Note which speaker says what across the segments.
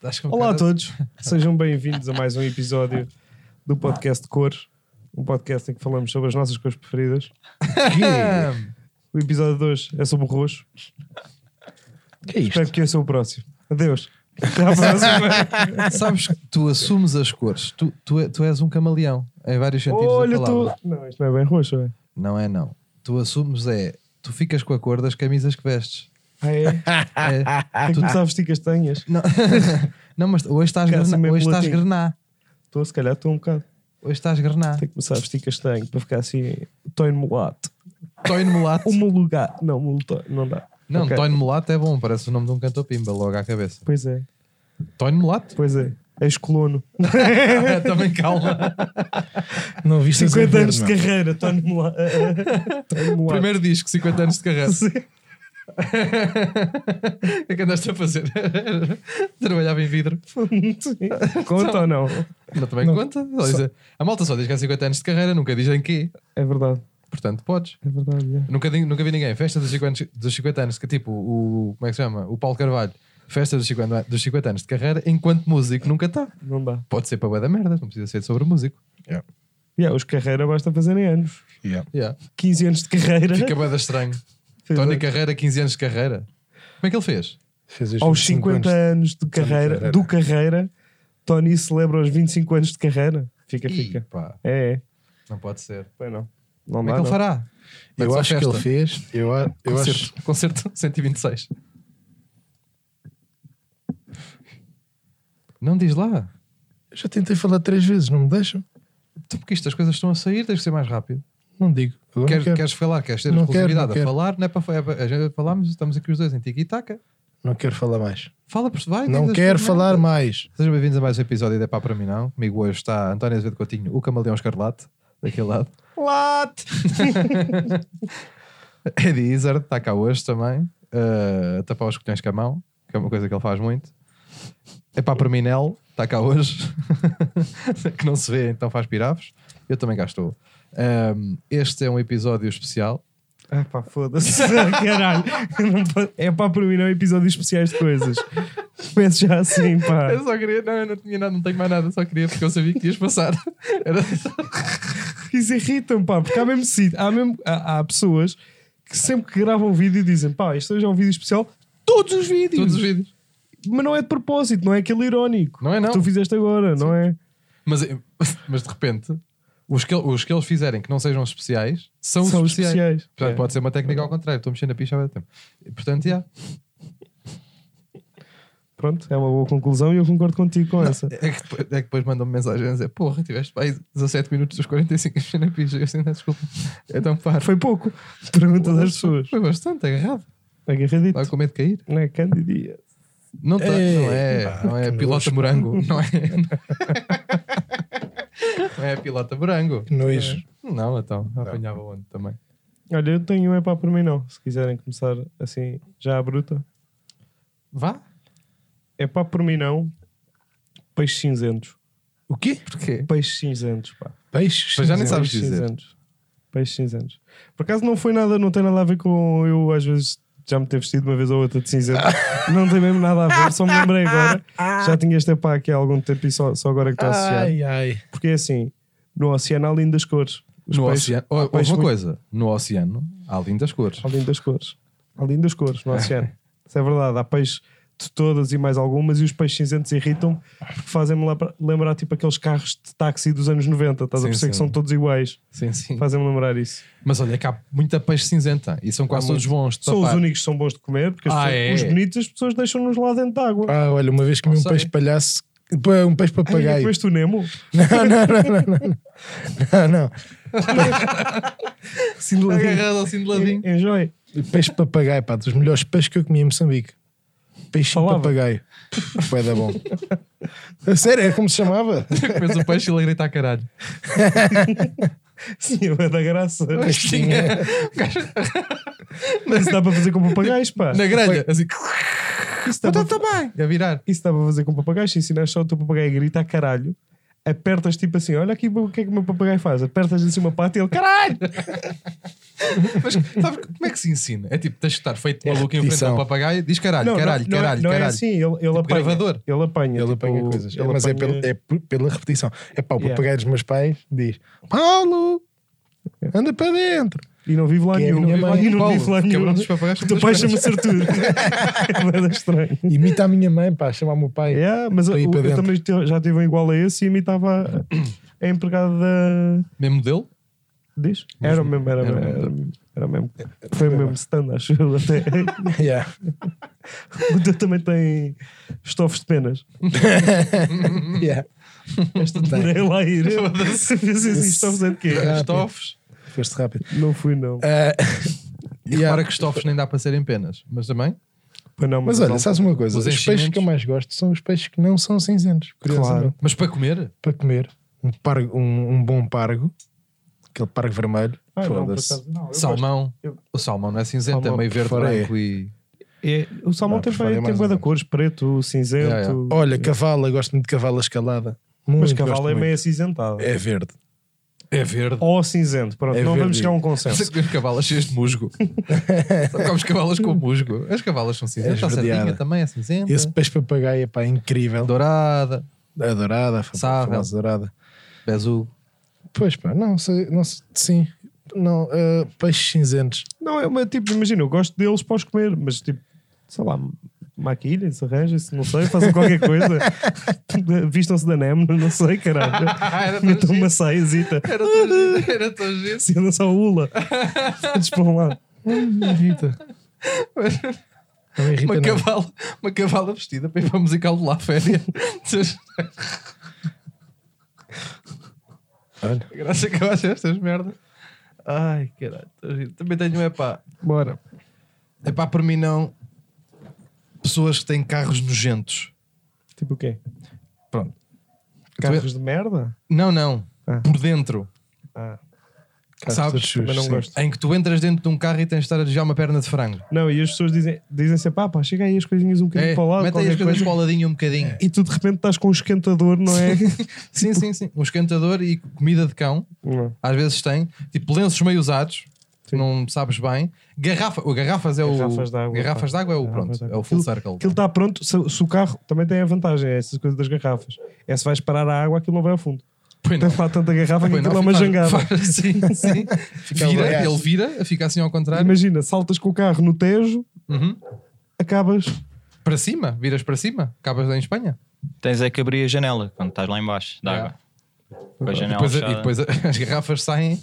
Speaker 1: Estás com
Speaker 2: Olá
Speaker 1: cara
Speaker 2: a
Speaker 1: de-
Speaker 2: todos, sejam bem-vindos a mais um episódio do podcast Cor, um podcast em que falamos sobre as nossas cores preferidas.
Speaker 1: é
Speaker 2: O episódio de hoje é sobre o roxo.
Speaker 1: que é isto?
Speaker 2: Espero que esse é o próximo. Adeus. Até à próxima.
Speaker 1: Sabes que tu assumes as cores. Tu, tu, é- tu és um camaleão em vários sentidos
Speaker 2: Olha
Speaker 1: da
Speaker 2: tu.
Speaker 1: palavra.
Speaker 2: Não, isto não é bem roxo, é?
Speaker 1: Não é não. Tu assumes é... Tu ficas com a cor das camisas que vestes.
Speaker 2: Ah, é?
Speaker 1: É,
Speaker 2: É que tu sabes de castanhas.
Speaker 1: não, não, mas hoje estás
Speaker 2: Quero ser
Speaker 1: grená.
Speaker 2: meio
Speaker 1: Hoje estás
Speaker 2: mulatinho.
Speaker 1: grená.
Speaker 2: Estou, se calhar, estou um bocado.
Speaker 1: Hoje estás grená.
Speaker 2: Tenho que começar a vestir castanho para ficar assim. Tonho mulato.
Speaker 1: Toy no mulato.
Speaker 2: O meu lugar. Não, multo, não dá.
Speaker 1: Não,
Speaker 2: Um- Ok.
Speaker 1: Toy no mulato é bom. Parece o nome de um cantor pimba logo à cabeça.
Speaker 2: Pois é,
Speaker 1: Toy no mulato?
Speaker 2: pois é. Ex-colono.
Speaker 1: Também calma.
Speaker 3: Não viste
Speaker 2: 50
Speaker 3: a
Speaker 2: anos de carreira, Tonho mulato. Tonho mulato.
Speaker 1: Primeiro disco, 50 anos de carreira.
Speaker 2: Sim.
Speaker 1: O que é que andaste a fazer? Trabalhava em vidro.
Speaker 2: Conta ou não?
Speaker 1: Não também
Speaker 3: Não.
Speaker 1: conta. Só diz- A malta só diz que há 50 anos de carreira, nunca diz em quê.
Speaker 2: É verdade,
Speaker 1: Portanto, podes.
Speaker 2: é verdade. é.
Speaker 1: Nunca, di- nunca vi ninguém. Festa dos 50, anos- dos 50 anos, que tipo o. Como é que se chama? O Paulo Carvalho. Festa dos 50, dos 50 anos de carreira, enquanto músico, nunca está.
Speaker 2: Não dá.
Speaker 1: Pode ser para bué da merda, não precisa ser sobre músico.
Speaker 2: Yeah, os carreira basta fazerem anos.
Speaker 1: Yeah.
Speaker 2: 15 anos de carreira.
Speaker 1: Fica bué da estranho.
Speaker 2: Fez
Speaker 1: Tony
Speaker 2: anos.
Speaker 1: Carreira, 15 anos de carreira. Como é que ele fez?
Speaker 2: aos 50 anos de carreira,
Speaker 3: Carreira.
Speaker 2: do carreira, Tony celebra os 25 anos de carreira. Fica,
Speaker 1: Ih,
Speaker 2: fica.
Speaker 1: pá,
Speaker 2: É, é.
Speaker 1: não pode ser.
Speaker 2: Bem, não. Não
Speaker 1: Como é
Speaker 2: dá.
Speaker 1: que ele
Speaker 2: não.
Speaker 1: fará?
Speaker 3: Eu
Speaker 1: Vai-te
Speaker 3: acho
Speaker 1: só
Speaker 3: que ele
Speaker 1: é festa.
Speaker 3: fez. Eu, a- eu acho.
Speaker 1: Concerto, concerto 126. Não diz lá.
Speaker 3: Eu já tentei falar três vezes, não me deixam.
Speaker 1: Então, porque isto, as coisas estão a sair, tens de ser mais rápido.
Speaker 3: Não digo. Agora
Speaker 1: Queres,
Speaker 3: não quero.
Speaker 1: queres falar, queres ter
Speaker 3: Não quero,
Speaker 1: exclusividade
Speaker 3: não quero.
Speaker 1: a falar, não é para, é para- a gente falarmos, estamos aqui os dois em tique e taca.
Speaker 3: Não quero falar mais.
Speaker 1: Fala, por vai.
Speaker 3: não
Speaker 1: diz as é?
Speaker 3: quero
Speaker 1: tuas
Speaker 3: falar
Speaker 1: merdas.
Speaker 3: mais.
Speaker 1: Sejam bem-vindos a mais um episódio da Pá para mim não. Comigo hoje está António Azevedo Coutinho, o camaleão escarlate, daquele lado. Late! Eddie Izzard está cá hoje também, eh, a tapar os colhões com a mão, que é uma coisa que ele faz muito. É Pá para mim Nel, está cá hoje, que não se vê, então faz pirafos. Eu também cá estou. Ahm, este é um episódio especial.
Speaker 2: Ah, pá, foda-se. Caralho. Não pode- É pá, para mim não é episódios especiais de coisas. Começo já assim, pá.
Speaker 1: Eu só queria, não, eu não tinha nada, não tenho mais nada, só queria porque eu sabia que ias passar. Era
Speaker 2: Isso irrita-me, pá, porque há mesmo, sítio- há, mesmo há, há pessoas que sempre que gravam um vídeo dizem, pá, isto hoje é um vídeo especial. Todos os vídeos.
Speaker 1: todos os vídeos.
Speaker 2: Mas não é de propósito, não é aquele irónico
Speaker 1: Não é, não.
Speaker 2: que tu fizeste agora, não é?
Speaker 1: Mas, eh, mas de repente, os que, os que eles fizerem que não sejam especiais são,
Speaker 2: São
Speaker 1: os
Speaker 2: os
Speaker 1: especiais.
Speaker 2: especiais.
Speaker 1: Portanto,
Speaker 2: É.
Speaker 1: pode ser uma técnica ao contrário. Estou mexendo a picha há bué de tempo. Portanto, já.
Speaker 2: Pronto, é uma boa conclusão e eu concordo contigo com essa.
Speaker 1: É, que, depois- é que depois mandam-me mensagem a dizer: Porra, tiveste aí 17 minutos dos 45 a mexer na picha. Eu assim, não, desculpa. Então, paro.
Speaker 2: Foi pouco. Pergunta das pessoas. É
Speaker 1: Foi bastante agarrado.
Speaker 2: Agarradito.
Speaker 1: Estava com medo de cair.
Speaker 2: Não é Candidia.
Speaker 1: Não, tá,
Speaker 3: Ei,
Speaker 1: não é,
Speaker 3: pá,
Speaker 1: não é
Speaker 3: que
Speaker 1: pilota
Speaker 3: nojo.
Speaker 1: morango. Não é. não é pilota morango.
Speaker 3: Que nojo.
Speaker 1: Não, então. Apanhava onde também.
Speaker 2: Olha, eu tenho um é pá para mim não. Se quiserem começar assim, já à bruta.
Speaker 1: Vá.
Speaker 2: É pá por mim não. Peixes cinzentos.
Speaker 3: O quê?
Speaker 1: Porquê?
Speaker 2: Peixes cinzentos, pá.
Speaker 3: Peixes.
Speaker 1: Mas já nem
Speaker 3: cinzentos.
Speaker 1: sabes
Speaker 2: Peixes
Speaker 1: dizer.
Speaker 2: cinzentos. Peixes cinzentos. Por acaso não foi nada, não tem nada a ver com eu às vezes já me ter vestido uma vez ou outra de cinzento. não tem mesmo nada a ver, só me lembrei agora. Já tinha este epá aqui há algum tempo e só, só agora que está associado.
Speaker 3: Ai, ai.
Speaker 2: Porque é assim, no oceano há lindas cores. Os
Speaker 1: no
Speaker 2: peixes-
Speaker 1: oceano. Ou,
Speaker 2: peixes
Speaker 1: uma
Speaker 2: muito-
Speaker 1: coisa: no oceano há lindas cores.
Speaker 2: Há lindas cores. Há lindas cores no oceano. Isso é verdade. Há peixes de todas e mais algumas e os peixes cinzentos irritam-me porque fazem-me lembra- lembrar tipo aqueles carros de táxi dos anos 90. Estás a
Speaker 1: Sim,
Speaker 2: perceber que
Speaker 1: sim.
Speaker 2: são todos iguais.
Speaker 1: Sim, sim.
Speaker 2: Fazem-me lembrar isso.
Speaker 1: Mas olha é que há muita peixe cinzenta e são quase
Speaker 2: Há
Speaker 1: todos bons. de
Speaker 2: São os
Speaker 1: tapar.
Speaker 2: únicos que são bons de comer porque as
Speaker 1: Ah,
Speaker 2: pessoas-
Speaker 1: é?
Speaker 2: os bonitos as pessoas deixam-nos lá dentro de água.
Speaker 3: Ah, olha, uma vez comi
Speaker 1: Não
Speaker 3: um
Speaker 1: sei.
Speaker 3: peixe palhaço. Pá, Um peixe
Speaker 2: Ai,
Speaker 3: papagaio.
Speaker 2: depois tu Nemo,
Speaker 3: Não, não, não, não, não. Não, não.
Speaker 2: assim de ladinho.
Speaker 1: Agarrado assim de ladinho.
Speaker 2: Enjoy.
Speaker 3: Peixe papagaio, pá, dos melhores peixes que eu comi em Moçambique. Peixe
Speaker 2: Falava.
Speaker 3: papagaio. Foi da bom. A Sério, é como se chamava?
Speaker 1: Comes o peixe e ele grita a caralho.
Speaker 2: Sim, é bué da graça. é.
Speaker 1: Tinha-
Speaker 2: Isso dá para fazer com papagaios, pá.
Speaker 1: Na grelha. Assim.
Speaker 2: Isso dá para
Speaker 1: também. A virar.
Speaker 3: tá
Speaker 2: isso dá para fazer com papagaios. Se ensinares só o teu papagaio a gritar caralho, apertas tipo assim, olha aqui o que é que o meu papagaio faz. Apertas assim uma pata e ele, caralho!
Speaker 1: Mas sabe como é que se ensina? É tipo, tens que estar feito
Speaker 3: É
Speaker 1: maluco em frente
Speaker 3: repetição.
Speaker 1: ao papagaio, diz caralho, caralho,
Speaker 2: não, é-
Speaker 1: caralho,
Speaker 2: não é
Speaker 1: caralho.
Speaker 2: assim, ele, ele apanha.
Speaker 1: gravador.
Speaker 2: Ele apanha.
Speaker 3: Tipo Ele
Speaker 2: tipo,
Speaker 3: apanha coisas.
Speaker 2: ele
Speaker 3: mas é,
Speaker 2: apanha-
Speaker 3: pelo- é p- pela repetição. É pá, o
Speaker 2: Yeah.
Speaker 3: papagaio dos meus pais diz: Paulo, anda para dentro.
Speaker 2: E não vive lá
Speaker 3: Que é a
Speaker 2: nenhum.
Speaker 3: minha mãe. é
Speaker 2: E não vive lá
Speaker 1: Paulo,
Speaker 2: nenhum.
Speaker 1: cabrão dos papagaios
Speaker 2: O
Speaker 1: são
Speaker 2: teu
Speaker 1: das
Speaker 2: pai
Speaker 1: pernas.
Speaker 2: chama Sertudo. é bem estranho.
Speaker 3: Imita a minha mãe, pá, chama o meu pai.
Speaker 2: É, mas eu,
Speaker 3: Para ir para
Speaker 2: eu
Speaker 3: dentro.
Speaker 2: também te- já tive um igual a esse e imitava a, a empregada da.
Speaker 1: Mesmo dele?
Speaker 2: Diz? Era o mesmo, era,
Speaker 1: Era o
Speaker 2: era,
Speaker 1: mesmo.
Speaker 2: era, era o mesmo. Foi o mesmo stand, acho eu. Até.
Speaker 3: Yeah.
Speaker 2: O teu também tem estofos de penas.
Speaker 3: Yeah.
Speaker 2: Esta demorei lá a ir.
Speaker 1: Foda-se.
Speaker 2: Fiz assim, estofos é de quê?
Speaker 3: Rápido.
Speaker 1: Cristófos.
Speaker 3: Foste rápido.
Speaker 2: Não fui, não.
Speaker 3: Ah,
Speaker 1: E
Speaker 3: Yeah.
Speaker 1: repara que Cristófos nem dá para serem penas, mas também.
Speaker 2: Pois não,
Speaker 3: mas
Speaker 2: mas
Speaker 3: olha,
Speaker 2: não.
Speaker 3: sabes uma coisa?
Speaker 1: Os
Speaker 3: Os, peixes
Speaker 1: enchimentos.
Speaker 3: que eu mais gosto são os peixes que não são cinzentos. Curiosamente.
Speaker 1: Mas para comer,
Speaker 3: Para comer, um, pargo, um, um bom pargo, aquele pargo vermelho.
Speaker 2: Ah, não, por
Speaker 3: Foda-se.
Speaker 2: acaso, não, eu gosto.
Speaker 1: salmão.
Speaker 2: Eu-
Speaker 1: O salmão não é cinzento,
Speaker 2: Salmão
Speaker 1: é meio
Speaker 3: por
Speaker 1: verde,
Speaker 3: fora é.
Speaker 1: branco e.
Speaker 2: É, o salmão
Speaker 3: Não,
Speaker 2: tem
Speaker 3: por favor, é
Speaker 2: tem
Speaker 3: mais ou
Speaker 2: bué de
Speaker 3: menos.
Speaker 2: cores, preto, cinzento.
Speaker 1: Yeah, yeah.
Speaker 3: Olha, cavalo, eu gosto muito de cavalo à escalada. Muito,
Speaker 2: é. mas
Speaker 3: gosto
Speaker 2: cavalo é
Speaker 3: muito.
Speaker 2: meio acinzentado.
Speaker 3: É verde.
Speaker 1: É verde.
Speaker 2: Ou cinzento, pronto,
Speaker 3: É
Speaker 2: não
Speaker 3: verde.
Speaker 2: vamos chegar a um
Speaker 1: Pensa
Speaker 2: consenso.
Speaker 1: que as cavalas cheias de musgo. Sabe como as cavalas com musgo? As cavalas são cinzentas,
Speaker 3: É
Speaker 1: a sardinha
Speaker 3: esverdeada.
Speaker 1: também é cinzenta.
Speaker 3: Esse peixe papagaio é pá, incrível.
Speaker 1: Dourada,
Speaker 3: A dourada, a
Speaker 1: Sável.
Speaker 3: famosa dourada.
Speaker 1: bezu.
Speaker 3: Pois pá, não sei, não sei- sim. Não, ah, peixes cinzentos.
Speaker 2: Não, é uma tipo, imagina, eu gosto deles para os comer, mas tipo, sei lá, maquilhem-se, arranjem-se, não sei, façam qualquer coisa. Vistam-se da NEM, não sei, caralho.
Speaker 1: Ah, era
Speaker 2: Metam uma saiazita,
Speaker 1: Era tão giro, era tão giro.
Speaker 2: se andam só ula. Todos para um lado.
Speaker 3: Rita. Não irrita,
Speaker 1: Uma
Speaker 3: não.
Speaker 1: cavala, uma cavala vestida para ir para o musical de lá à férias.
Speaker 3: Olha,
Speaker 1: A graça é que eu acho estas merdas. Ai, caralho, tão giro. Também tenho um epá.
Speaker 2: Bora.
Speaker 1: Epá, para É mim não. Pessoas que têm carros nojentos.
Speaker 2: Tipo o quê?
Speaker 1: Pronto.
Speaker 2: Carros de merda?
Speaker 1: Não, não.
Speaker 2: Ah.
Speaker 1: Por dentro.
Speaker 2: Ah,
Speaker 3: carros
Speaker 1: Sabes,
Speaker 3: todos sujos,
Speaker 2: também não
Speaker 3: sim.
Speaker 2: gosto.
Speaker 1: Em que tu entras dentro de um carro e tens de estar a desviar uma perna de frango.
Speaker 2: Não, e as pessoas dizem, dizem sempre, ah pá, chega aí as coisinhas um bocadinho
Speaker 1: É,
Speaker 2: para o lado,
Speaker 1: mete aí as
Speaker 2: qualquer
Speaker 1: coisas
Speaker 2: coisa.
Speaker 1: coladinho um bocadinho.
Speaker 2: E tu de repente estás com um esquentador, não é?
Speaker 1: Sim, sim, sim. Um esquentador e comida de cão.
Speaker 2: Não.
Speaker 1: Às vezes tem. Tipo, lenços meio usados. tu Não sabes bem. Garrafa, o garrafas é o.
Speaker 2: Garrafas de água,
Speaker 1: garrafas
Speaker 2: pá.
Speaker 1: de água é o
Speaker 2: Garrafas
Speaker 1: pronto.
Speaker 2: de água.
Speaker 1: É o full
Speaker 2: Aquilo-
Speaker 1: circle.
Speaker 2: Aquilo está pronto, se, se o carro também tem a vantagem, é essas coisas das garrafas. É se vais parar a água, aquilo não vai ao fundo.
Speaker 1: Pois
Speaker 2: Tem lá tanta garrafa que
Speaker 1: Pois
Speaker 2: aquilo é uma
Speaker 1: faz-
Speaker 2: jangada.
Speaker 1: faz assim, sim. Vira,
Speaker 2: é.
Speaker 3: aliás.
Speaker 1: ele vira, fica assim ao contrário.
Speaker 2: Imagina, saltas com o carro no Tejo,
Speaker 1: Uhum.
Speaker 2: acabas.
Speaker 1: Para cima, viras para cima, acabas lá em Espanha.
Speaker 4: Tens é que abrir a janela quando estás lá embaixo da
Speaker 1: Yeah.
Speaker 4: água. Com a
Speaker 1: E
Speaker 4: janela
Speaker 1: depois,
Speaker 4: fechada.
Speaker 1: e depois as garrafas saem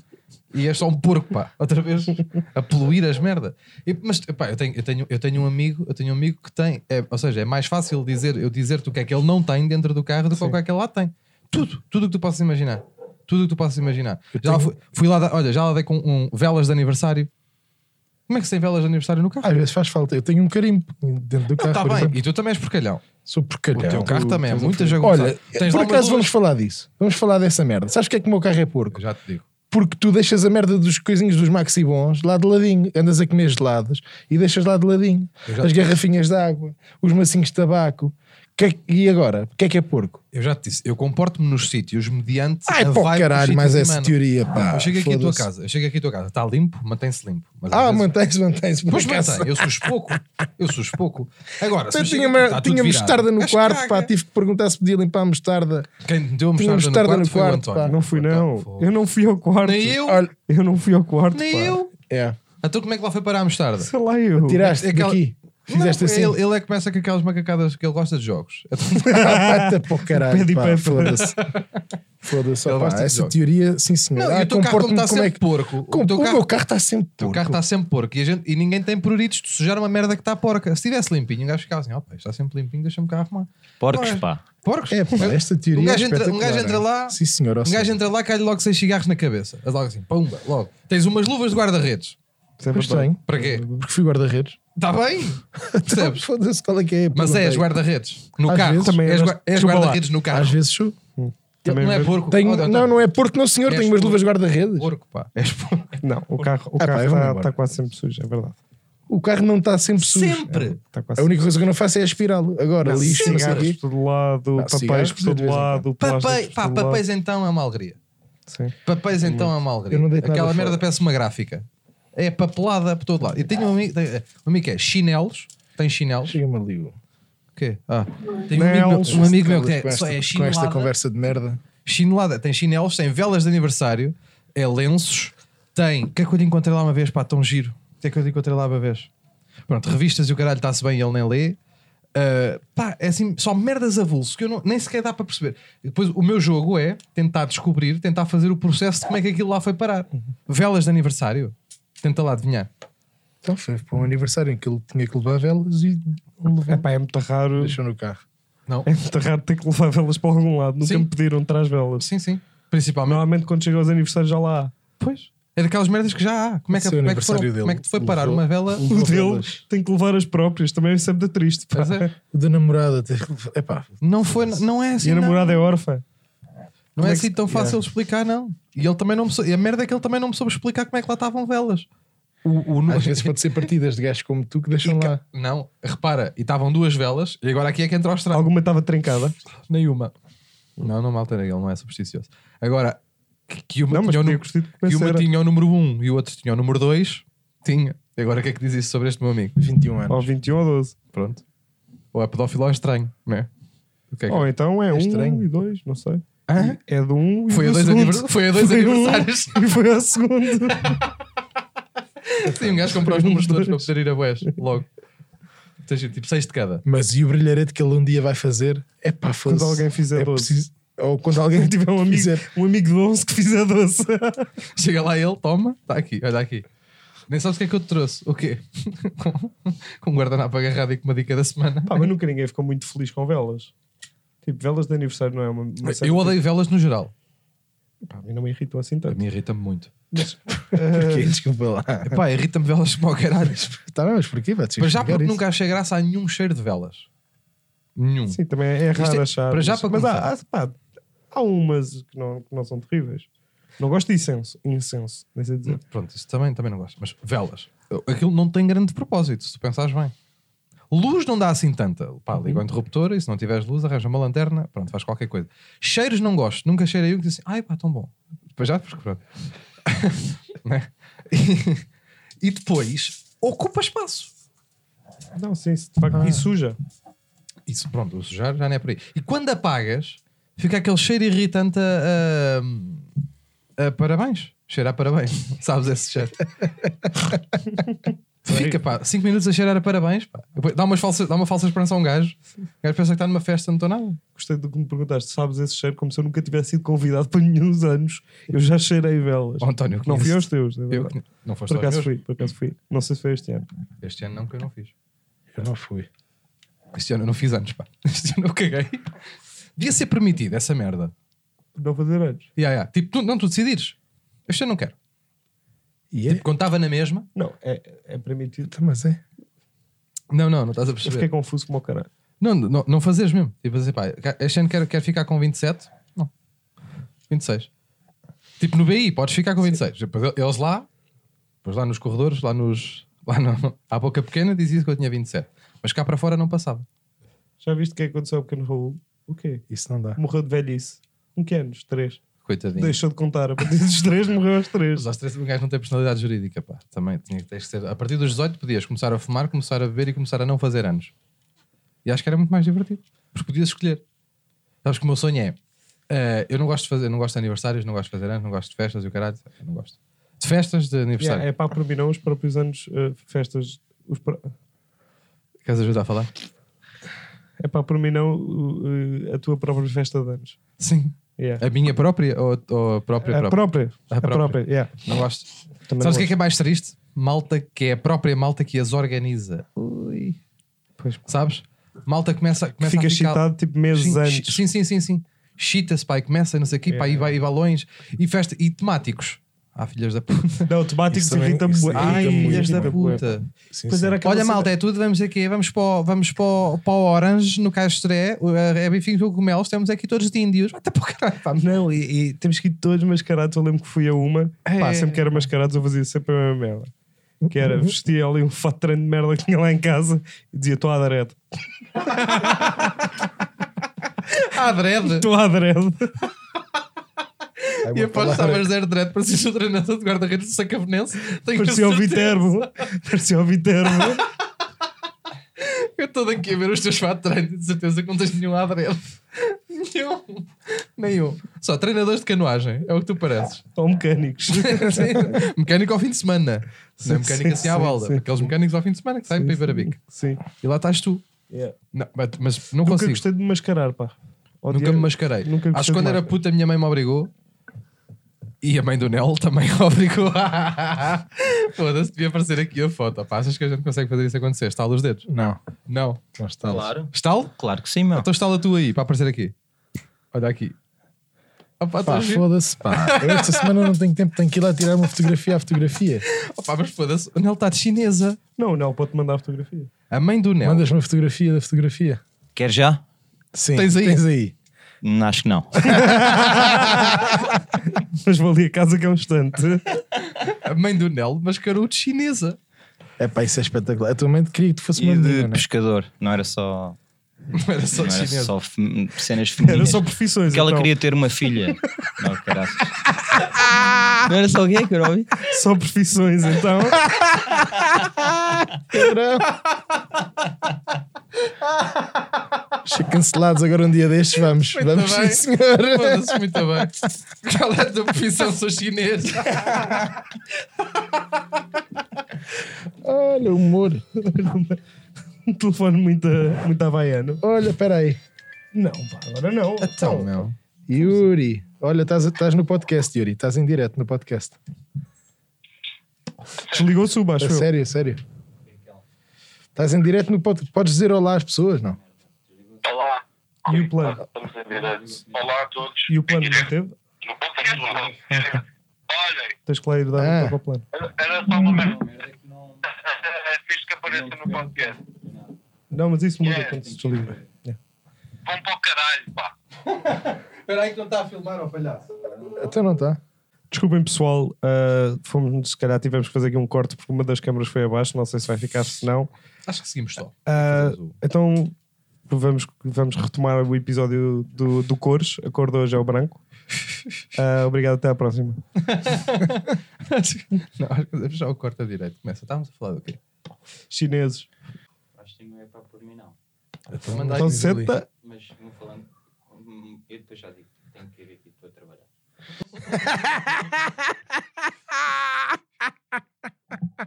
Speaker 1: e é só um porco, pá, outra vez a poluir as merda. E- mas pá, eu tenho, eu, tenho, eu tenho um amigo, eu tenho um amigo que tem, é, ou seja, é mais fácil dizer eu dizer-te o que é que ele não tem dentro do carro do que o que é que ele lá tem. Tudo, tudo o que tu possas imaginar. Tudo o que tu possas imaginar. Já fui, fui lá, dar- olha, já lá dei com um, velas de aniversário. Como é que se tem velas de aniversário no carro?
Speaker 3: Às vezes faz falta. Eu tenho um carimbo dentro do carro.
Speaker 1: Está
Speaker 3: por
Speaker 1: tá bem,
Speaker 3: exemplo.
Speaker 1: e tu também és porcalhão.
Speaker 3: Sou porcalhão.
Speaker 1: O teu carro também é muito jagunçado.
Speaker 3: Olha,
Speaker 1: Tens
Speaker 3: por
Speaker 1: lá umas
Speaker 3: acaso
Speaker 1: duas-
Speaker 3: vamos falar disso. Vamos falar dessa merda. Sabes porque é que o meu carro é porco?
Speaker 1: Eu Já te digo.
Speaker 3: Porque tu deixas a merda dos coisinhos dos maxi bons lá de ladinho. Andas a comer gelados e deixas lá de ladinho.
Speaker 1: já-
Speaker 3: As garrafinhas de água, os macinhos de tabaco. Que é que- E agora? O que é que é porco?
Speaker 1: Eu já te disse, eu comporto-me nos sítios mediante.
Speaker 3: Ai,
Speaker 1: a
Speaker 3: pô,
Speaker 1: vibe do
Speaker 3: caralho,
Speaker 1: sítio
Speaker 3: mais
Speaker 1: que
Speaker 3: essa
Speaker 1: emana.
Speaker 3: teoria, pá.
Speaker 1: Eu chego aqui à tua
Speaker 3: Foda-se.
Speaker 1: casa, eu chego aqui à tua casa, está limpo, mantém-se limpo. Mas às
Speaker 3: Ah,
Speaker 1: vezes-
Speaker 3: mantém-se, mantém-se. por
Speaker 1: Pois
Speaker 3: acaso.
Speaker 1: mantém, eu sujo pouco, eu sujo pouco. Agora, se
Speaker 3: Eu
Speaker 1: eu
Speaker 3: Então, tinha,
Speaker 1: chego
Speaker 3: uma-
Speaker 1: aqui, está Tá tudo
Speaker 3: tinha
Speaker 1: virado.
Speaker 3: mostarda no
Speaker 1: Mas
Speaker 3: quarto,
Speaker 1: caga.
Speaker 3: pá, tipo, tive que perguntar se podia limpar a mostarda.
Speaker 1: Quem me deu a
Speaker 3: Tinha
Speaker 1: mostarda,
Speaker 3: mostarda
Speaker 1: no
Speaker 3: no
Speaker 1: quarto,
Speaker 3: quarto,
Speaker 1: foi o António.
Speaker 2: Não fui, não.
Speaker 1: Foi.
Speaker 2: Eu não fui ao quarto.
Speaker 1: Tá Nem eu,
Speaker 3: Olha,
Speaker 2: Eu não fui ao quarto.
Speaker 1: nem
Speaker 2: pá.
Speaker 1: eu.
Speaker 3: é,
Speaker 1: Então como é que lá foi parar a mostarda?
Speaker 2: Sei lá, eu.
Speaker 3: tiraste
Speaker 1: É aquela-
Speaker 3: daqui, fizeste
Speaker 1: Não,
Speaker 3: assim.
Speaker 1: ele, ele é que começa com aquelas macacadas que ele gosta de jogos. Então,
Speaker 3: Ah, Vai-te para o
Speaker 2: Pede
Speaker 3: caralho,
Speaker 2: e
Speaker 3: pá,
Speaker 2: pede.
Speaker 3: foda-se. Foda-se,
Speaker 1: Ele
Speaker 3: opá,
Speaker 1: gosta de
Speaker 3: essa
Speaker 1: jogos.
Speaker 3: teoria, sim senhor.
Speaker 1: Não,
Speaker 3: Ah,
Speaker 1: e o teu carro como
Speaker 3: comporto-me
Speaker 1: está sempre porco.
Speaker 3: Com-
Speaker 1: o teu
Speaker 3: o
Speaker 1: carro,
Speaker 3: meu carro está sempre
Speaker 1: o
Speaker 3: porco.
Speaker 1: carro está sempre porco e, a gente- e ninguém tem pruritos de sujar uma merda que está porca. Se estivesse limpinho, o gajo ficava assim, ó pá, está sempre limpinho, deixa-me cá arrumar.
Speaker 4: Porcos,
Speaker 1: Olha.
Speaker 4: pá.
Speaker 1: Porcos?
Speaker 3: É, pá, esta teoria
Speaker 1: um
Speaker 3: é
Speaker 1: gajo entra, um
Speaker 3: espetacular,
Speaker 1: gajo entra
Speaker 3: é.
Speaker 1: lá,
Speaker 3: Sim senhor, ó
Speaker 1: um gajo
Speaker 3: senhor.
Speaker 1: entra lá, cai logo seis cigarros na cabeça. Mas logo assim, pumba, logo. Tens umas luvas de guarda-redes. tá
Speaker 2: Sempre
Speaker 3: Pois tenho,
Speaker 1: Para quê?
Speaker 3: porque fui guarda-redes.
Speaker 1: Está bem? Percebes?
Speaker 3: Foda-se, qual é que é? a
Speaker 1: Mas és
Speaker 3: pergunta aí?
Speaker 1: guarda-redes no
Speaker 3: Então, Às
Speaker 1: carro.
Speaker 3: vezes também
Speaker 1: És,
Speaker 2: eras-
Speaker 1: gua- és
Speaker 2: desculpa lá.
Speaker 1: guarda-redes no carro.
Speaker 3: Às vezes sou.
Speaker 1: Ele não é porco.
Speaker 3: Tenho-
Speaker 1: Oh, Deus,
Speaker 3: Não, é não é porco, não senhor,
Speaker 1: És
Speaker 3: tenho umas luvas guarda-redes.
Speaker 1: Porco, pá. És porco.
Speaker 2: Não, o carro tá,
Speaker 3: Ah, pá,
Speaker 2: está
Speaker 3: eu vou-me embora.
Speaker 2: quase sempre sujo, é verdade.
Speaker 3: O carro não está sempre sujo. É um
Speaker 1: Sempre!
Speaker 2: Tá quase
Speaker 3: A única coisa que eu não faço é aspirá-lo. Agora,
Speaker 2: Não,
Speaker 3: lixo, não sei o
Speaker 2: cigarros
Speaker 3: quê.
Speaker 2: por todo lado,
Speaker 3: Não,
Speaker 2: papéis
Speaker 3: cigarros
Speaker 2: por todo
Speaker 3: de vez em
Speaker 2: lado,
Speaker 1: Papéis,
Speaker 2: plásticos
Speaker 1: pá,
Speaker 2: por todo
Speaker 1: papéis então é uma alegria.
Speaker 2: lado. Sim.
Speaker 1: Papéis então é uma alegria.
Speaker 3: Eu não deito
Speaker 1: Aquela
Speaker 3: nada
Speaker 1: merda
Speaker 3: fora.
Speaker 1: parece uma gráfica. É papelada por todo lado. Eu tenho um amigo, tenho- um amigo que é chinelos. Tem chinelos.
Speaker 3: Chega-me ali. o-
Speaker 1: O quê? Ah, tem um amigo meu, um amigo meu que
Speaker 3: Com
Speaker 1: é, só
Speaker 3: esta-
Speaker 1: é
Speaker 3: Com esta
Speaker 1: chinelada.
Speaker 3: conversa de merda.
Speaker 1: Chinelada. Tem chinelos, tem velas de aniversário, é lenços, tem. O que é que eu lhe encontrei lá uma vez? Pá, tão giro. O que é que eu lhe encontrei lá uma vez? Pronto, revistas e o caralho está-se bem e ele nem lê. Ah, pá, é assim, só merdas avulso que eu não- nem sequer dá para perceber. E depois o meu jogo é tentar descobrir, tentar fazer o processo de como é que aquilo lá foi parar. Velas de aniversário, tenta lá adivinhar.
Speaker 3: Então foi para um aniversário em que ele tinha que levar velas e levou.
Speaker 2: Epá, é muito raro.
Speaker 3: Deixou no carro.
Speaker 1: Não?
Speaker 2: É muito raro ter que levar velas para algum lado. Nunca
Speaker 1: Sim.
Speaker 2: me pediram traz velas.
Speaker 1: Sim, sim. Principalmente.
Speaker 2: Normalmente quando chega aos aniversários já lá há.
Speaker 1: Pois. É daquelas merdas que já há. Como é que,
Speaker 3: Seu
Speaker 1: como é que,
Speaker 3: aniversário
Speaker 1: foram-
Speaker 3: dele
Speaker 1: como é que te foi parar
Speaker 3: levou-
Speaker 1: uma vela?
Speaker 2: O dele
Speaker 3: velas.
Speaker 2: tem que levar as próprias, também é sempre triste. pá.
Speaker 1: Pois é.
Speaker 3: O da namorada teve que levar. Epá,
Speaker 1: Não foi, não é
Speaker 2: E
Speaker 1: assim.
Speaker 2: a
Speaker 1: não.
Speaker 2: namorada é órfã.
Speaker 1: Não
Speaker 2: Como
Speaker 1: é
Speaker 2: é que
Speaker 1: assim
Speaker 2: se-
Speaker 1: tão fácil
Speaker 2: Yeah.
Speaker 1: de explicar, não. E ele também não me soube, e a merda é que ele também não me soube explicar como é que lá estavam velas. O, o nu-
Speaker 3: às vezes pode ser partidas de gajos como tu que
Speaker 1: E
Speaker 3: deixam
Speaker 1: ca-
Speaker 3: lá.
Speaker 1: Não, repara, e estavam duas velas, e agora aqui é que entra o estrago.
Speaker 2: Alguma estava trincada.
Speaker 1: Nenhuma. Não, não me altera, ele não é supersticioso. Agora, que, que uma,
Speaker 2: Não, mas
Speaker 1: tinha, o
Speaker 2: podia
Speaker 1: nu-
Speaker 2: curtir de
Speaker 1: que uma
Speaker 2: começar.
Speaker 1: tinha o número 1 um, e o outro tinha o número 2, tinha. E agora o que é que diz isso sobre este meu amigo?
Speaker 3: 21 anos.
Speaker 2: Ou 21 ou 12.
Speaker 1: Pronto. Ou é pedófilo ou é estranho, não é? O que é que-
Speaker 2: Ou então é 1
Speaker 3: estranho.
Speaker 2: um e 2, não sei.
Speaker 1: Hã?
Speaker 2: É de 1 um e
Speaker 1: Foi a
Speaker 2: do
Speaker 1: dois,
Speaker 2: segundo.
Speaker 1: anivers- foi a dois
Speaker 2: Foi um
Speaker 1: aniversários.
Speaker 2: E foi ao segundo.
Speaker 1: Sim, um gajo comprou os números todos para poder ir a Boés logo. Tens tipo 6 de cada.
Speaker 3: Mas e o brilharete que ele um dia vai fazer? É pá,
Speaker 2: Quando alguém fizer
Speaker 3: é
Speaker 2: 12.
Speaker 3: preciso- Ou quando alguém
Speaker 2: Tiver um amigo,
Speaker 3: fizer.
Speaker 2: um amigo de 11 que fizer 12.
Speaker 1: Chega lá ele, toma, está aqui, olha aqui. Nem sabes o que é que eu te trouxe. O quê? com, com um guardanapo agarrado e com uma dica da semana.
Speaker 2: Pá, mas nunca ninguém ficou muito feliz com velas. Tipo, velas de aniversário não é uma. uma cena
Speaker 1: eu
Speaker 2: que-
Speaker 1: odeio velas no geral.
Speaker 2: Pá, a mim não me irritou assim
Speaker 1: A
Speaker 2: tanto.
Speaker 1: mim irrita-me muito.
Speaker 2: Mas,
Speaker 3: Porquê? Desculpa lá.
Speaker 1: Pá, irrita-me velas como ao caralho.
Speaker 3: Tá bem, mas porquê? Vai-te
Speaker 1: Para já
Speaker 3: explicar
Speaker 1: porque
Speaker 3: tipo, isso.
Speaker 1: nunca achei graça a nenhum cheiro de velas. Nenhum.
Speaker 2: sim, também é raro
Speaker 1: Isto é-
Speaker 2: achar.
Speaker 1: para já,
Speaker 2: mas
Speaker 1: para
Speaker 2: mas há, há,
Speaker 1: começar.
Speaker 2: pá, há umas que não, que não são terríveis. Não gosto de incenso. Incenso, nem sei dizer.
Speaker 1: Pronto, isso também, também não gosto. Mas velas. Aquilo não tem grande propósito, se tu pensares bem. Luz não dá assim tanta. Pá, liga o interruptor e se não tiveres luz, arranja uma lanterna, pronto, faz qualquer coisa. Cheiros não gosto, nunca cheirei um que diz assim, ai pá, tão bom. Depois já, porque pronto. Né? e, e depois ocupa espaço.
Speaker 2: Não, sim, se de
Speaker 1: Ah.
Speaker 2: facto. E suja.
Speaker 1: Isso, pronto, o sujar já não é por aí. E quando apagas, fica aquele cheiro irritante a, a- a parabéns. Cheira a parabéns. Sabes esse cheiro? fica, pá, 5 minutos a cheirar a parabéns, pá. Depois Dá, umas falsas, dá uma falsa esperança a um gajo. O gajo pensa que está numa festa, não estou nada.
Speaker 2: Gostei do que me perguntaste. Sabes esse cheiro como se eu nunca tivesse sido convidado para nenhum dos anos. Eu já cheirei velas.
Speaker 1: Ó, António, eu
Speaker 2: Não fui
Speaker 1: conheço-te.
Speaker 2: aos teus. é
Speaker 1: Eu,
Speaker 2: verdade.
Speaker 1: conhe- não foste
Speaker 2: Por
Speaker 1: aos
Speaker 2: acaso
Speaker 1: meus?
Speaker 2: fui, por acaso fui. Não sei se foi este ano.
Speaker 1: Este ano não, que eu não fiz.
Speaker 3: Eu não fui.
Speaker 1: Este ano eu não fiz anos, pá. Este ano eu caguei. Devia ser permitido essa merda.
Speaker 2: Não fazer anos.
Speaker 1: Yeah, yeah. Tipo, tu, não, tu decidires. Este ano não quero.
Speaker 3: E é?
Speaker 1: Contava na mesma.
Speaker 2: Não, é, é permitido.
Speaker 3: Então, Mas é.
Speaker 1: Não, não, não estás a
Speaker 2: Eu
Speaker 1: perceber.
Speaker 2: fiquei confuso como o caralho.
Speaker 1: Não, não, não fazeres mesmo. Tipo assim, pá, este ano quero, quero ficar com 27. Não. 26. Tipo no BI, podes ficar com 26. Depois Tipo, eles lá, depois lá nos corredores, lá nos. Lá no, à boca pequena dizia que eu tinha 27. Mas cá para fora não passava.
Speaker 2: Já viste o que é que aconteceu ao pequeno Raul? O quê?
Speaker 3: Isso não dá.
Speaker 2: Morreu de velhice. Um que anos? Três.
Speaker 1: Coitadinho.
Speaker 2: Deixou de contar. A partir dos três, morreu aos três.
Speaker 1: Mas aos 13 um gajo não tem personalidade jurídica, pá. Também tinha, tens que ser. A partir dos 18 podias começar a fumar, começar a beber e começar a não fazer anos. E acho que era muito mais divertido. Porque podias escolher. Sabes que o meu sonho é. eh, eu não gosto de fazer, não gosto de aniversários, não gosto de fazer anos, não gosto de festas e o caralho. eu Não gosto. De festas de aniversário.
Speaker 2: Yeah, é pá, para mim não, os próprios anos, eh, festas. Os pró-
Speaker 1: Queres ajudar a falar?
Speaker 2: É pá, para mim não, o- eh, a tua própria festa de anos.
Speaker 1: Sim.
Speaker 2: Yeah.
Speaker 1: A minha própria ou, ou a própria
Speaker 2: A
Speaker 1: própria?
Speaker 2: própria.
Speaker 1: A
Speaker 2: A própria.
Speaker 1: própria.
Speaker 2: yeah.
Speaker 1: Não gosto.
Speaker 2: Também
Speaker 1: Sabes o
Speaker 2: não
Speaker 1: que é que é mais triste? Malta que é a própria malta que as organiza. Ui.
Speaker 2: Pois.
Speaker 1: Sabes? Malta começa, começa
Speaker 2: Fica
Speaker 1: a ficar...
Speaker 2: excitado tipo meses
Speaker 1: Sim,
Speaker 2: antes. É.
Speaker 1: Sim, sim, sim, sim. Chita-se, pá, e começa, não sei o quê, pá, e, vai, e balões, e festa, e temáticos. Ah, filhas da puta.
Speaker 2: Não, temáticos
Speaker 3: Isso também-
Speaker 2: irrita-me
Speaker 3: isso
Speaker 2: bué.
Speaker 3: irrita
Speaker 2: Ai,
Speaker 3: muito,
Speaker 2: filhas da
Speaker 3: irrita
Speaker 2: puta.
Speaker 1: Puta.
Speaker 3: Sim,
Speaker 2: Pois
Speaker 3: sim.
Speaker 2: era aquela
Speaker 1: Olha,
Speaker 2: cena-
Speaker 1: malta, é tudo, vamos aqui, vamos para o, vamos para o, para o Orange, no Castré, o- a é Rebifim Cogumelos, temos aqui todos de índios. Vai, tá para o caralho, pá.
Speaker 2: Não, e, e temos que ir todos mascarados. Eu lembro que fui a uma. Pá,
Speaker 1: É.
Speaker 2: sempre que era mascarados, eu fazia sempre a mesma merda. que
Speaker 1: Uhum.
Speaker 2: era vestia ali um fatrano de merda que tinha lá em casa e dizia: Estou à dread.
Speaker 1: Ah, dread.
Speaker 2: Estou à dread.
Speaker 1: E após estavas zero dread, parecias o treinador de guarda-redes do Sacavenense. Tenho
Speaker 2: Parecia o
Speaker 1: certeza.
Speaker 2: Viterbo. Parecia o Viterbo.
Speaker 1: Eu estou daqui a ver os teus fatos de treino, de certeza que não tens nenhum adrede. Nenhum. Nenhum. Só treinadores de canoagem, é o que tu pareces.
Speaker 2: Ou mecânicos.
Speaker 1: Sim. mecânico ao fim de semana.
Speaker 2: Sim,
Speaker 1: não é mecânico
Speaker 2: sim,
Speaker 1: assim à
Speaker 2: sim,
Speaker 1: balda.
Speaker 2: sim.
Speaker 1: Aqueles mecânicos ao fim de semana que saem para ir ver a bica.
Speaker 2: Sim.
Speaker 1: E lá estás tu.
Speaker 2: Yeah.
Speaker 1: Não, mas, mas não
Speaker 2: Nunca
Speaker 1: consigo.
Speaker 2: gostei de me mascarar, pá.
Speaker 1: Nunca me mascarei.
Speaker 2: nunca gostei
Speaker 1: Acho que quando
Speaker 2: de
Speaker 1: era
Speaker 2: máscara.
Speaker 1: puta, a minha mãe me obrigou. E a mãe do Nel também obrigou. Foda-se, devia aparecer aqui a foto. Pá, achas que a gente consegue fazer isso acontecer? Estala os dedos?
Speaker 3: Não,
Speaker 1: Não.
Speaker 3: não está.
Speaker 4: Claro.
Speaker 1: Estalo?
Speaker 4: Claro que sim, meu.
Speaker 1: Então estala tu aí, para aparecer aqui. Olha aqui. Opa,
Speaker 3: Pá, foda-se, pá. Eu esta semana não tenho tempo, tenho que ir lá tirar uma fotografia à fotografia.
Speaker 1: mas foda-se, o Nel está de chinesa.
Speaker 2: Não, não, pode-te mandar a fotografia.
Speaker 1: A mãe do
Speaker 2: É.
Speaker 1: Nel.
Speaker 3: Mandas uma fotografia da fotografia.
Speaker 4: Quer já?
Speaker 3: Sim,
Speaker 1: Tens aí?
Speaker 3: Tens aí.
Speaker 4: Hum, Acho que não.
Speaker 2: Mas vou ali a casa que é um instante.
Speaker 1: A mãe do Nel mascarou de chinesa.
Speaker 3: É pá, isso é espetacular. Eu também queria que tu fosse uma
Speaker 4: E de
Speaker 3: menina, né?
Speaker 4: pescador. Não era só,
Speaker 1: Não era só
Speaker 4: não
Speaker 1: de
Speaker 4: era
Speaker 1: chinesa.
Speaker 4: só fem- cenas
Speaker 2: Era
Speaker 4: femininas.
Speaker 2: só profissões.
Speaker 4: Porque ela
Speaker 2: então.
Speaker 4: queria ter uma filha. Não, caralho. Não era só o quê que eu ouvi?
Speaker 2: Só profissões, então.
Speaker 3: Cancelados agora um dia destes, vamos.
Speaker 1: Muito
Speaker 3: vamos,
Speaker 1: bem.
Speaker 3: sim, senhor.
Speaker 1: Foda-se muito bem. Qual é a tua profissão? Sou chinês.
Speaker 3: Olha, humor.
Speaker 2: um telefone muito, muito havaiano.
Speaker 3: Olha, peraí.
Speaker 2: Não, pá, agora não.
Speaker 1: Então, Nel.
Speaker 3: Yuri. Olha, estás- estás no podcast, Yuri. Estás em direto no podcast.
Speaker 2: Desligou-se o baixo.
Speaker 3: É
Speaker 2: eu.
Speaker 3: sério, é sério. Estás em direto no podcast. Podes dizer olá às pessoas, não?
Speaker 5: Olá,
Speaker 2: E o plano?
Speaker 5: estamos em direto. Olá a todos.
Speaker 2: E o plano não teve?
Speaker 5: No podcast não. Olhem,
Speaker 2: Tens que lá ir dar
Speaker 3: Ah.
Speaker 2: um toque ao plano.
Speaker 5: era- era só uma merda. É fixe que apareça no podcast.
Speaker 2: Não, mas isso muda
Speaker 5: Yeah.
Speaker 2: quando se desliga. Yeah.
Speaker 5: Vão para o caralho, pá.
Speaker 1: Espera aí que não está a filmar, ó palhaço.
Speaker 3: Até Então não tá. está.
Speaker 2: Desculpem, pessoal. ah, fomos, se calhar tivemos que fazer aqui um corte porque uma das câmaras foi abaixo. Não sei se vai ficar, se não.
Speaker 1: Acho que seguimos só.
Speaker 2: Ah, então vamos, vamos retomar o episódio do, do Cores. A cor de hoje é o branco. Ah, obrigado, até à próxima.
Speaker 1: Não, acho que já o corta direito. Começa. Estávamos a falar do quê?
Speaker 2: Chineses.
Speaker 4: Acho que não é para por mim, não.
Speaker 1: Manda aí,
Speaker 2: Então
Speaker 1: diz ali.
Speaker 2: senta.
Speaker 4: Mas vou falando. hum, Eu depois já digo. Tenho que ir aqui, estou a trabalhar.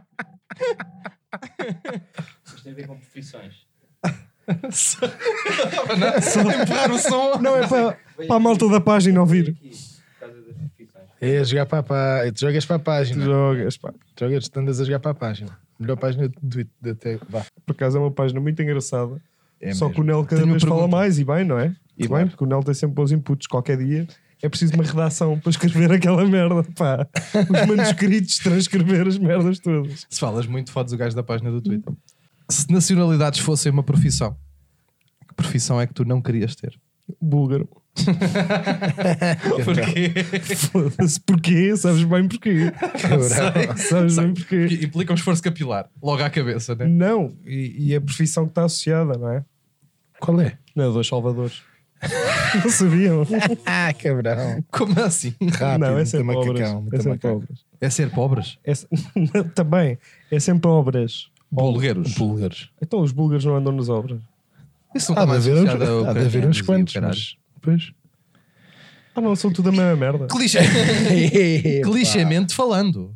Speaker 4: Isto tem a ver com profissões.
Speaker 1: Empurrar o som.
Speaker 2: Não, é para, para a malta da página ouvir.
Speaker 4: Aqui, por causa das profissões.
Speaker 3: É jogar para a página. Tu jogas para a
Speaker 2: Tu
Speaker 3: página.
Speaker 2: jogas, pá.
Speaker 3: Tu jogas, tu andas a jogar para a página. Melhor página do do- até. Vá.
Speaker 2: Por acaso é uma página muito engraçada.
Speaker 3: É
Speaker 2: Só
Speaker 3: mesmo.
Speaker 2: que o Nel cada
Speaker 1: Tenho uma
Speaker 2: vez fala
Speaker 1: pergunta.
Speaker 2: mais e bem, não é? E
Speaker 3: Claro.
Speaker 2: bem, porque o Nel tem sempre bons inputs qualquer dia. É preciso uma redação para escrever aquela merda, pá. Os manuscritos, transcrever as merdas todas.
Speaker 1: Se falas muito, fodes o gajo da página do Twitter. Se nacionalidades fossem uma profissão, que profissão é que tu não querias ter?
Speaker 2: Búlgaro.
Speaker 1: Porque
Speaker 2: Foda-se, porquê? Sabes bem porquê. Sabes bem porquê.
Speaker 1: implica um esforço capilar, logo à cabeça, né?
Speaker 2: Não, e, e a profissão que está associada, não é?
Speaker 3: Qual é?
Speaker 2: Nadadores salvadores. Não sabiam?
Speaker 3: Ah, cabrão.
Speaker 1: Como assim?
Speaker 3: Rápido,
Speaker 2: não, é
Speaker 3: muito
Speaker 2: sempre obras.
Speaker 3: Ah, macacão. Muito
Speaker 2: É sempre
Speaker 3: macacão.
Speaker 2: obras.
Speaker 1: É ser pobres?
Speaker 2: É se- também, é sempre obras.
Speaker 1: Bulgueiros?
Speaker 3: Búlgaros.
Speaker 2: Então os búlgaros não andam nas obras.
Speaker 1: Isso não está
Speaker 3: Há de
Speaker 1: mais
Speaker 3: haver uns,
Speaker 1: associado ao
Speaker 3: há de haver
Speaker 1: ucranianos
Speaker 3: uns
Speaker 1: e o
Speaker 3: quantos.
Speaker 1: caralho.
Speaker 3: Mas, pois.
Speaker 2: Ah, não, são tudo a mesma merda.
Speaker 1: Clichê.
Speaker 3: Epá.
Speaker 1: Clichêmente falando.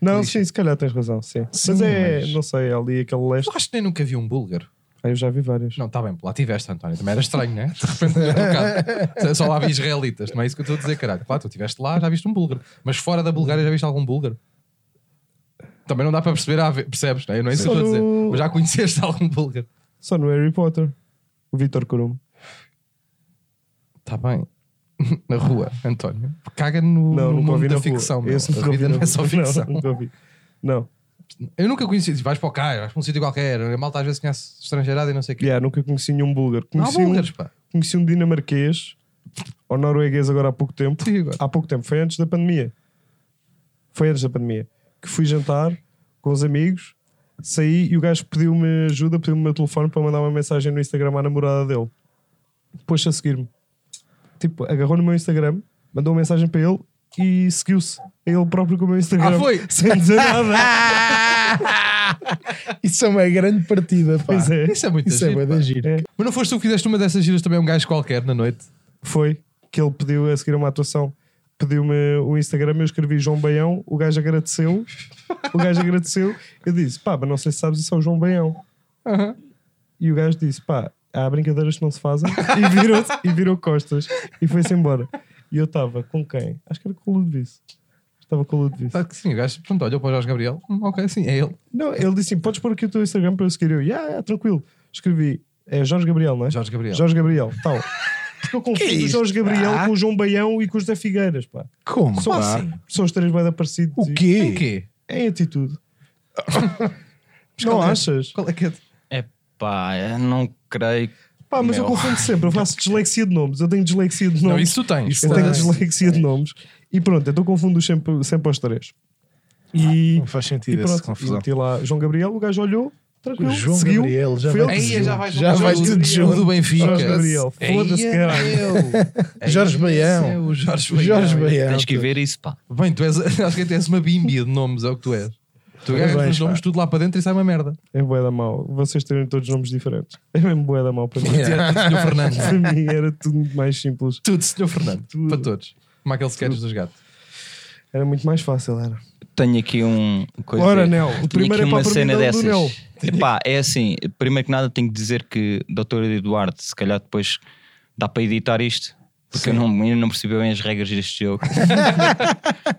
Speaker 2: Não, sim, se calhar tens razão, sim. mas é,
Speaker 3: mas-
Speaker 2: não sei, é ali aquele leste.
Speaker 1: Eu acho que nem nunca vi um búlgaro.
Speaker 2: Ah, eu já vi vários.
Speaker 1: Não, está bem, lá tiveste, António. Também era estranho, né? De repente, era trocado. só lá vi israelitas. Não é isso que eu estou a dizer, caralho. Claro, tu estiveste lá, já viste um búlgaro. Mas fora da Bulgária, já viste algum búlgaro? Também não dá para perceber, a ver- percebes? Né? Eu não é isso que eu
Speaker 2: Só
Speaker 1: estou a dizer.
Speaker 2: no-
Speaker 1: Mas já conheceste algum búlgaro?
Speaker 2: Só no Harry Potter. O Vitor Corumo.
Speaker 1: Está Tá bem. Na rua, António. Caga no,
Speaker 2: Não,
Speaker 1: no
Speaker 2: nunca
Speaker 1: mundo
Speaker 2: ouvi
Speaker 1: da
Speaker 2: na
Speaker 1: ficção.
Speaker 2: rua.
Speaker 1: meu.
Speaker 2: Esse
Speaker 1: A
Speaker 2: nunca ouvi
Speaker 1: vida
Speaker 2: na
Speaker 1: não é só
Speaker 2: rua.
Speaker 1: ficção.
Speaker 2: Não, nunca ouvi. Não,
Speaker 1: Eu nunca conheci. Vais para o Cairo, vais para um sítio qualquer. A malta às vezes conhece estrangeirada e não sei o quê.
Speaker 2: yeah, nunca conheci nenhum búlgaro.
Speaker 1: Não há
Speaker 2: Conheci, um,
Speaker 1: búlgaros, pá.
Speaker 2: conheci um dinamarquês ou norueguês agora há pouco tempo.
Speaker 1: Sim, agora.
Speaker 2: Há pouco tempo, foi antes da pandemia. Foi antes da pandemia. Que fui jantar com os amigos, saí e o gajo pediu-me ajuda, pediu-me o meu telefone para mandar uma mensagem no Instagram à namorada dele. Pôs-se a seguir-me. Tipo, agarrou no meu Instagram, mandou uma mensagem para ele e seguiu-se. Ele próprio com o meu Instagram.
Speaker 1: Ah, foi?
Speaker 2: Sem dizer nada.
Speaker 3: Isso é uma grande partida, pá.
Speaker 2: Pois é.
Speaker 1: Isso é muito
Speaker 3: Isso é
Speaker 1: giro,
Speaker 3: bué
Speaker 1: pá.
Speaker 3: da giro.
Speaker 2: É.
Speaker 1: Mas não foste tu que fizeste uma dessas giras também a um gajo qualquer na noite?
Speaker 2: Foi que ele pediu a seguir a uma atuação. Pediu-me o Instagram, eu escrevi João Baião, o gajo agradeceu, o gajo agradeceu, eu disse, pá, mas não sei se sabes, isso é o João Baião. E o gajo disse, pá, há brincadeiras que não se fazem, e virou, e virou costas, e foi-se embora. E eu estava com quem? Acho que era com o Ludovice. Estava com o Ludovice.
Speaker 1: Tá que Sim, o gajo, pronto, olhou para o Jorge Gabriel. Hum, ok, sim, é ele.
Speaker 2: Não, ele disse assim, podes pôr aqui o teu Instagram para eu seguir. Eu, yeah, yeah, tranquilo. Escrevi, é Jorge Gabriel, não é?
Speaker 1: Jorge Gabriel.
Speaker 2: Jorge Gabriel, tal. Porque eu
Speaker 3: Que é
Speaker 2: confundo o
Speaker 3: isto?
Speaker 2: Jorge Gabriel
Speaker 3: Ah.
Speaker 2: com o João Baião e com o José Figueiras, pá.
Speaker 3: Como?
Speaker 2: São, assim,
Speaker 3: pá?
Speaker 2: são os três bem aparecidos.
Speaker 3: assim. O
Speaker 2: e-
Speaker 1: É
Speaker 2: é
Speaker 1: O
Speaker 3: quê?
Speaker 1: quê?
Speaker 2: Em atitude. não
Speaker 1: qual é?
Speaker 2: achas?
Speaker 1: Qual é que é?
Speaker 4: É pá, eu não creio.
Speaker 2: Pá, mas eu
Speaker 4: Meu.
Speaker 2: confundo sempre. Eu faço dislexia de nomes. Eu tenho dislexia de nomes.
Speaker 1: Não, isso tu tens.
Speaker 2: eu tenho
Speaker 3: tens.
Speaker 2: dislexia de nomes. E pronto, então confundo sempre, sempre aos três. E,
Speaker 3: Não faz
Speaker 2: e
Speaker 3: sentido essa
Speaker 2: pronto,
Speaker 3: confusão.
Speaker 2: meti lá João Gabriel. O gajo olhou, tranquilo,
Speaker 3: O João
Speaker 2: seguiu.
Speaker 3: Gabriel, já
Speaker 2: foi
Speaker 3: vai
Speaker 2: ele que
Speaker 3: tudo
Speaker 2: seguiu.
Speaker 1: já vais
Speaker 3: Já vais
Speaker 1: o-
Speaker 3: tudo
Speaker 1: o
Speaker 3: junto.
Speaker 1: do Benfica.
Speaker 2: Jorge Gabriel,
Speaker 1: Eia,
Speaker 3: é.
Speaker 2: foda-se, caralho.
Speaker 1: eu.
Speaker 3: Jorge
Speaker 1: Eia,
Speaker 3: Baião.
Speaker 1: é O Jorge Baião.
Speaker 3: Jorge
Speaker 2: É,
Speaker 3: Baião.
Speaker 4: Tens que ver isso, pá.
Speaker 1: Bem, tu és, acho que até és uma bimbia de nomes, é o que tu és. Tu agarras
Speaker 3: Parabéns,
Speaker 1: os
Speaker 3: pá.
Speaker 1: nomes tudo lá para dentro e sai uma merda.
Speaker 2: É bué da mal. Vocês terem todos nomes diferentes. É mesmo bué da mal para mim.
Speaker 1: Yeah. Tudo Senhor Fernando.
Speaker 2: para mim era tudo muito mais simples.
Speaker 1: Tudo Senhor Fernando. Para todos. Como aqueles sketches dos gatos.
Speaker 2: Era muito mais fácil, era.
Speaker 4: Tenho aqui um. Coisa
Speaker 2: Ora,
Speaker 4: tenho
Speaker 2: Nel, o primeiro
Speaker 4: aqui
Speaker 2: é para
Speaker 4: uma
Speaker 2: a
Speaker 4: cena
Speaker 2: promenade
Speaker 4: dessas.
Speaker 2: do
Speaker 4: Epá, é assim. Primeiro que nada, tenho que dizer que Dr. Eduardo, se calhar depois dá para editar isto. Porque eu não, ainda não percebi bem as regras deste jogo.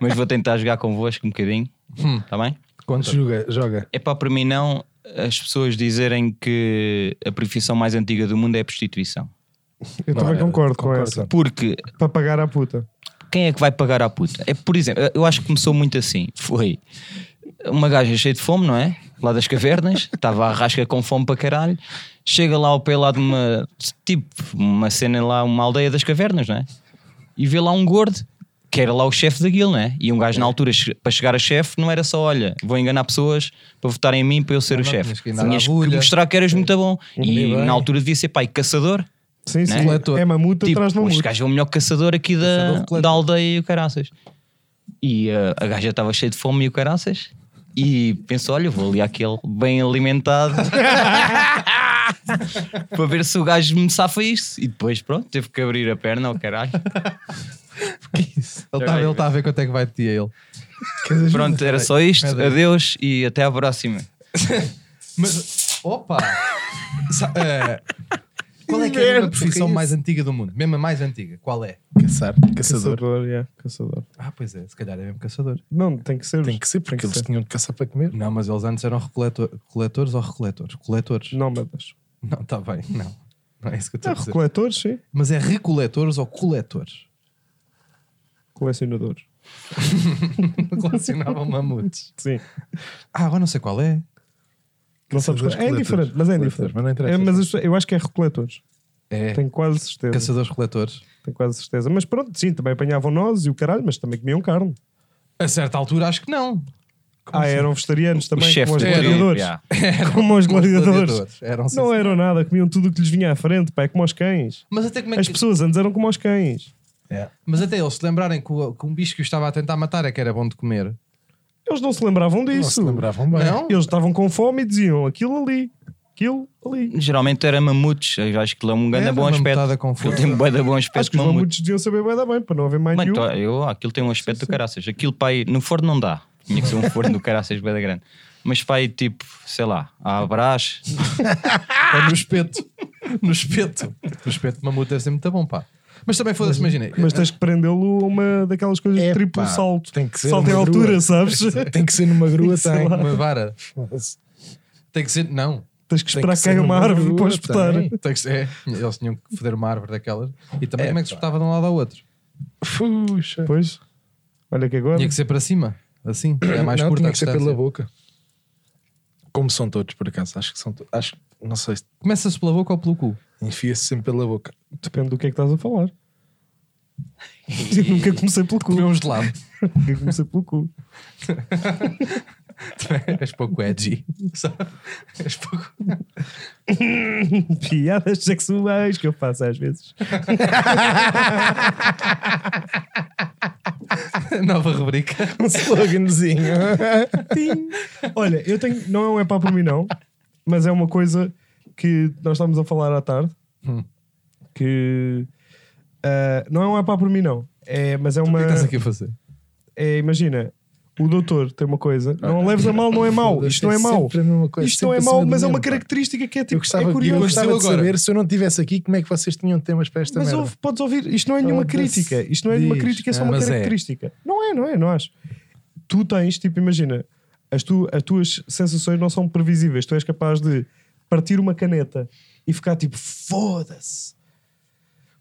Speaker 4: Mas vou tentar jogar convosco um bocadinho.
Speaker 2: Hum.
Speaker 4: Está bem?
Speaker 1: Conta.
Speaker 2: Tá.
Speaker 3: Joga, joga.
Speaker 4: É pá, para mim não as pessoas dizerem que a profissão mais antiga do mundo é a prostituição.
Speaker 2: Eu também
Speaker 1: é,
Speaker 2: concordo,
Speaker 3: concordo.
Speaker 2: com essa.
Speaker 4: Porque
Speaker 2: Para pagar à puta.
Speaker 4: quem é que vai pagar à puta? É, por exemplo, eu acho que começou muito assim. Foi uma gaja cheia de fome, não é? Lá das cavernas, estava à rasca com fome para caralho. Chega lá ao pé lá de uma, tipo, uma cena lá, uma aldeia das cavernas, não é? E vê lá um gordo, que era lá o chefe daquilo, não é? E um gajo na altura, che- para chegar a chefe, não era só, olha, vou enganar pessoas para votarem em mim para eu ser
Speaker 1: Não,
Speaker 4: o
Speaker 1: não,
Speaker 4: chefe.
Speaker 1: tinhas que ir é, dar à
Speaker 4: Tinhas que
Speaker 1: bulha.
Speaker 4: mostrar que eras muito bom.
Speaker 1: um
Speaker 4: E
Speaker 3: bem.
Speaker 4: na altura devia ser, pai, caçador
Speaker 2: Sim, sim.
Speaker 1: Coletor.
Speaker 2: É mamuta
Speaker 4: tipo,
Speaker 3: um
Speaker 2: atrás de
Speaker 4: "Pô, este
Speaker 2: mamuta.
Speaker 4: gajo é o melhor caçador aqui da,
Speaker 1: Caçador-coletor.
Speaker 4: da aldeia e o caraças. E uh, a gaja estava cheia de fome e o caraças. E pensou: olha, vou ali àquele bem alimentado para ver se o gajo me safa isto. E depois, pronto, teve que abrir a perna ao caralho.
Speaker 1: Ele está ele tá a ver quanto é que vai de ti a ele.
Speaker 4: Pronto, era só isto.
Speaker 1: Meu Deus.
Speaker 4: Adeus e até à próxima.
Speaker 1: Mas, opa! Sa- eh, qual é que é a
Speaker 3: Merda,
Speaker 1: profissão
Speaker 3: que é
Speaker 1: mais antiga do mundo? Mesmo a mais antiga, qual é?
Speaker 3: Caçar, caçador.
Speaker 2: Caçador, yeah, caçador.
Speaker 1: Ah, pois é, se calhar é mesmo caçador.
Speaker 2: Não, tem que ser.
Speaker 3: Tem que ser, porque eles tinham de caçar para comer.
Speaker 1: Não, mas eles antes eram recoletor, coletores ou recoletores? Coletores.
Speaker 2: Nómadas.
Speaker 1: Não, está bem, não. Não é isso que eu estou
Speaker 2: Ah,
Speaker 1: a dizer.
Speaker 2: recoletores, sim.
Speaker 1: Mas é recoletores ou coletores?
Speaker 2: Colecionadores.
Speaker 1: Colecionavam mamutes.
Speaker 2: Sim.
Speaker 1: Ah, agora não sei qual é.
Speaker 2: Não sabes qual- É
Speaker 3: Caçadores,
Speaker 2: indiferente, mas é
Speaker 3: coletores.
Speaker 2: indiferente.
Speaker 3: Mas não interessa.
Speaker 2: É, mas as pessoas- eu acho que é recoletores.
Speaker 1: É.
Speaker 2: Tenho quase certeza.
Speaker 1: Caçadores-coletores.
Speaker 2: Tenho quase certeza. Mas pronto, sim, também apanhavam nozes e o caralho, mas também comiam carne.
Speaker 1: A certa altura acho que não.
Speaker 2: ah,
Speaker 1: assim?
Speaker 2: eram vegetarianos
Speaker 4: O
Speaker 2: também,
Speaker 4: chefe
Speaker 2: como os
Speaker 4: do clube,
Speaker 2: gladiadores.
Speaker 4: yeah.
Speaker 2: Como os
Speaker 3: um
Speaker 2: gladiadores.
Speaker 1: Gladiadores. Eram sim,
Speaker 2: Não é.
Speaker 1: sim.
Speaker 2: eram nada, comiam tudo o que lhes vinha à frente, pá, é como aos cães.
Speaker 1: Mas até como é
Speaker 2: As
Speaker 1: que...
Speaker 2: pessoas antes eram como aos cães.
Speaker 1: É. Mas até eles se lembrarem que, o- que um bicho que o estava a tentar matar é que era bom de comer.
Speaker 2: Eles não se lembravam
Speaker 3: Não é? se
Speaker 2: disso.
Speaker 3: lembravam bem.
Speaker 1: Não?
Speaker 2: Eles estavam com fome e diziam aquilo ali, aquilo ali.
Speaker 4: Geralmente era mamutos. Eu acho que ele é um grande
Speaker 1: Era
Speaker 4: bom
Speaker 1: uma
Speaker 4: aspecto.
Speaker 1: mamutada confusa.
Speaker 4: Ele tem um bué de bom aspecto.
Speaker 2: Acho que os
Speaker 4: mamuto.
Speaker 2: mamutos deviam saber bem da bem, para não haver mais
Speaker 4: Mano,
Speaker 2: nenhum.
Speaker 1: tá.
Speaker 4: tô- eu, aquilo tem um aspecto do caraças. Aquilo, pai, no forno não dá. Tinha que ser um forno do caraças bem grande. Mas, pai, tipo, sei lá, a brás.
Speaker 1: Ou no espeto. No espeto. No espeto de mamuto deve ser muito bom, pá. Mas também foda-se, imagina. eh,
Speaker 2: Mas tens que prendê-lo a uma daquelas coisas de
Speaker 3: Epá,
Speaker 2: triplo salto.
Speaker 3: tem que ser
Speaker 2: salto em
Speaker 3: uma grua.
Speaker 2: altura, sabes?
Speaker 3: Tem que ser numa grua,
Speaker 2: Sei
Speaker 3: tem.
Speaker 2: lá.
Speaker 1: Uma vara. Tem que ser. Não.
Speaker 2: tens que
Speaker 3: Tem
Speaker 2: esperar
Speaker 3: que
Speaker 2: que caia
Speaker 3: ser
Speaker 2: uma
Speaker 3: numa
Speaker 2: árvore
Speaker 3: grua,
Speaker 2: para espetar.
Speaker 3: tem.
Speaker 1: Tem que ser. É. Eles tinham que foder uma árvore daquelas. E também como é que se espetava de um lado ao outro?
Speaker 3: Puxa.
Speaker 2: Pois, olha que agora.
Speaker 1: Tinha que ser para cima. Assim. É mais
Speaker 3: não,
Speaker 1: curta a
Speaker 3: tinha que ser
Speaker 1: distância.
Speaker 3: pela boca. Como são todos, por acaso. Acho que são todos. Acho não sei se
Speaker 1: Começa-se pela boca ou pelo cu?
Speaker 3: enfia-se sempre pela boca.
Speaker 2: Depende do que é que estás a falar. Eu nunca comecei pelo cu.
Speaker 1: Comeu um gelado.
Speaker 2: Nunca comecei pelo cu.
Speaker 1: És pouco edgy. sabe? És pouco.
Speaker 2: Piadas sexuais que eu faço às vezes.
Speaker 1: Nova rubrica. é
Speaker 3: Um sloganzinho.
Speaker 2: Tim. Olha, eu tenho. Não é um epá por mim, não, mas é uma coisa que nós estávamos a falar à tarde. Que ah, não é um epá por mim, não. É, mas é
Speaker 1: O
Speaker 2: uma.
Speaker 1: que é que estás aqui a fazer?
Speaker 2: é, imagina, o doutor tem uma coisa, não leves a mal, não é mau, isto não é mau.
Speaker 3: sempre a mesma coisa,
Speaker 2: Isto não
Speaker 3: sempre
Speaker 2: é
Speaker 3: acima
Speaker 2: mau,
Speaker 3: do
Speaker 2: mas é uma
Speaker 3: mesmo, pá.
Speaker 2: característica que é tipo,
Speaker 3: Eu gostava,
Speaker 2: é
Speaker 3: eu
Speaker 2: curioso.
Speaker 3: gostava de
Speaker 1: Aconteceu agora.
Speaker 3: saber se eu não estivesse aqui como é que vocês tinham temas para esta
Speaker 2: Mas
Speaker 3: merda.
Speaker 2: ouve, podes ouvir, isto não é nenhuma
Speaker 3: Foda-se.
Speaker 2: crítica, isto não é nenhuma
Speaker 3: Diz.
Speaker 2: crítica, é só
Speaker 1: Ah,
Speaker 2: uma
Speaker 1: mas é.
Speaker 2: característica. Não é, não é, não acho. Tu tens, tipo, imagina, as, tu, as tuas sensações não são previsíveis, tu és capaz de partir uma caneta e ficar tipo, foda-se.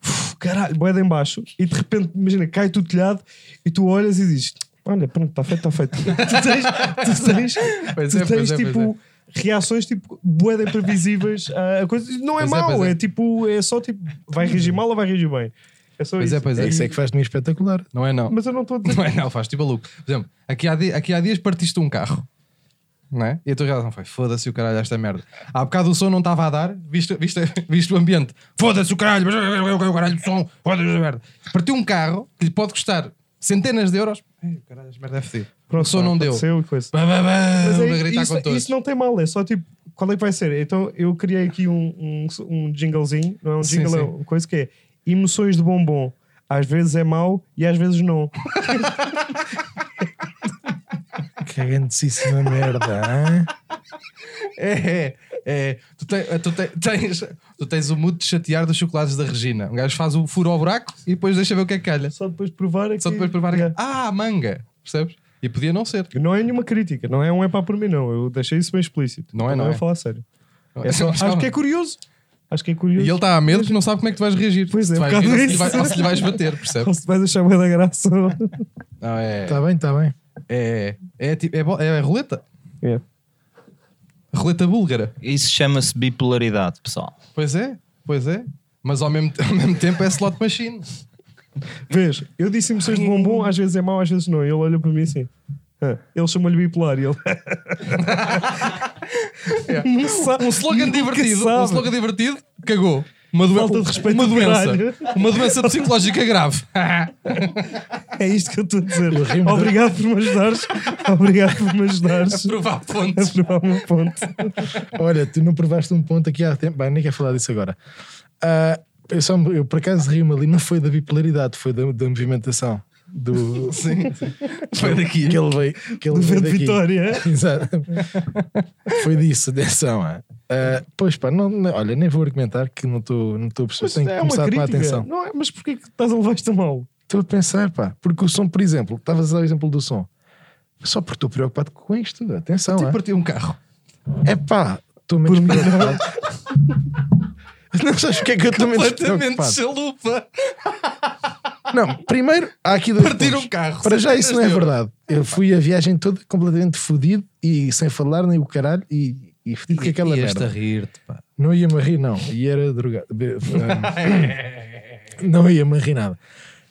Speaker 2: Uf, Caralho, boeda em baixo e de repente, imagina, cai-te o telhado e tu olhas e dizes: Olha, pronto, está feito, está feito. tu tens, tu
Speaker 1: Pois
Speaker 2: tens, tu
Speaker 1: é, pois
Speaker 2: tens
Speaker 1: é, pois
Speaker 2: tipo, reações tipo boeda imprevisíveis a, a coisas. Não é
Speaker 1: Pois é,
Speaker 2: mau,
Speaker 1: pois
Speaker 2: é,
Speaker 1: é. Uhum.
Speaker 2: tipo, é só tipo, vai reagir mal ou vai reagir bem. É só
Speaker 1: Pois
Speaker 2: isso.
Speaker 1: é, pois
Speaker 3: é
Speaker 1: é.
Speaker 3: isso é que faz de mim espetacular.
Speaker 1: Não é não.
Speaker 2: Mas eu não estou a dizer.
Speaker 1: Não é não, faz-te maluco. Por exemplo, aqui há, di- aqui há dias partiste um carro. Não é? E a tua reação foi: foda-se o caralho, esta merda. Há bocado o som não estava a dar, viste, viste, viste o ambiente. Foda-se o caralho, mas o caralho do som, foda-se a merda. Partiu um carro que lhe pode custar centenas de euros. Ei, caralho, esta merda é fedido. O som
Speaker 2: pá,
Speaker 1: não deu.
Speaker 2: aconteceu e coisa.
Speaker 1: Bá, bá, bá,
Speaker 2: Mas
Speaker 1: a
Speaker 2: é,
Speaker 1: gritar
Speaker 2: isso,
Speaker 1: com todos.
Speaker 2: isso não tem mal, é só tipo, qual é que vai ser? Então eu criei aqui um, um, um jinglezinho, não é um
Speaker 1: Sim,
Speaker 2: jingle, é
Speaker 1: sim.
Speaker 2: uma coisa que é emoções de bombom. Às vezes é mau e às vezes não.
Speaker 3: Cagantíssima merda. hã?
Speaker 1: É, é, é. Tu, te- tu te- tens, tu tens o mudo de chatear dos chocolates da Regina. Um gajo faz o furo ao buraco e depois deixa ver o que é que calha.
Speaker 2: Só depois de provar é
Speaker 1: Só
Speaker 2: que-
Speaker 1: depois provar
Speaker 2: Yeah.
Speaker 1: que. Ah, manga! Percebes? E podia não ser.
Speaker 2: Não é nenhuma crítica, não é um é pá por mim, não. Eu deixei isso bem explícito.
Speaker 1: Não é, não
Speaker 2: Também
Speaker 1: é.
Speaker 2: a falar sério.
Speaker 1: Não,
Speaker 2: É só-
Speaker 1: não,
Speaker 2: acho
Speaker 1: não.
Speaker 2: que é curioso. Acho que é curioso.
Speaker 1: E ele está a medo que não sabe como é que tu vais reagir.
Speaker 2: Pois
Speaker 1: se
Speaker 2: é,
Speaker 1: tu vais
Speaker 2: um bocado
Speaker 1: rir, ou se lhe vai-
Speaker 2: isso.
Speaker 1: ou se lhe vais bater,
Speaker 2: Ou
Speaker 1: percebes?
Speaker 2: É se vais achar bem da graça.
Speaker 1: Não, é,
Speaker 2: Tá.
Speaker 3: Está Tá bem, está bem.
Speaker 1: é, é, tipo- é, bo- é, roleta.
Speaker 3: É.
Speaker 2: Yeah.
Speaker 1: Roleta búlgara.
Speaker 4: Isso chama-se bipolaridade, pessoal.
Speaker 1: Pois é, pois é. Mas ao mesmo, ao mesmo tempo é slot machine.
Speaker 2: Vês, eu disse emoções de bombom, às vezes é mau, às vezes não. E ele olha para mim assim. "Ah." Ele chamou-lhe bipolar e ele.
Speaker 3: É.
Speaker 2: Não sabe.
Speaker 1: Um slogan
Speaker 2: nunca
Speaker 1: divertido.
Speaker 2: sabe.
Speaker 1: Um slogan divertido. Cagou. Uma, doen-
Speaker 2: Falta de respeito
Speaker 1: uma
Speaker 2: do
Speaker 1: doença.
Speaker 2: caralho.
Speaker 1: Uma doença psicológica grave.
Speaker 2: É isto que eu estou a dizer.
Speaker 3: rimo.
Speaker 2: Obrigado por me ajudares. Obrigado por me ajudares. É
Speaker 1: Provar
Speaker 2: A
Speaker 1: pontos.
Speaker 2: provar o meu um ponto.
Speaker 3: Olha, tu não provaste um ponto aqui há tempo. Bem, nem quero falar disso agora. Ah, eu, só, me- eu por acaso ri-me ali, não foi da bipolaridade, foi da, da movimentação. Do, sim,
Speaker 1: Foi daqui.
Speaker 3: que ele veio, que ele
Speaker 2: Do
Speaker 3: veio
Speaker 2: vento
Speaker 3: daqui.
Speaker 2: Vitória. é?
Speaker 3: Exato. Foi disso, atenção. ah. Ah, pois pá, não, não- olha, nem vou argumentar que não estou não estou a perceber.
Speaker 2: Mas
Speaker 3: Tenho que começar a tomar atenção.
Speaker 2: Não é? Mas porquê que estás a levar isto a mal?
Speaker 3: Estou a pensar, pá, porque o som, por exemplo, estavas a dar o exemplo do som. Só porque estou preocupado com isto, atenção.
Speaker 1: Tipo,
Speaker 3: ah.
Speaker 1: partiu um carro.
Speaker 3: É pá, estou menos preocupado. Não sabes porque é que eu estou menos
Speaker 1: Completamente
Speaker 3: preocupado.
Speaker 1: chalupa.
Speaker 3: Não, primeiro, há aqui dois
Speaker 1: Partir
Speaker 3: pontos.
Speaker 1: um carro,
Speaker 3: Para já isso não é
Speaker 1: 70 euros.
Speaker 3: verdade. Eu fui a viagem toda completamente fodido e sem falar nem o caralho e, e fodido com aquela
Speaker 1: E
Speaker 3: merda.
Speaker 1: a rir-te, pá.
Speaker 3: Não ia-me rir, não. E era drogado. Be- um, não ia-me rir nada.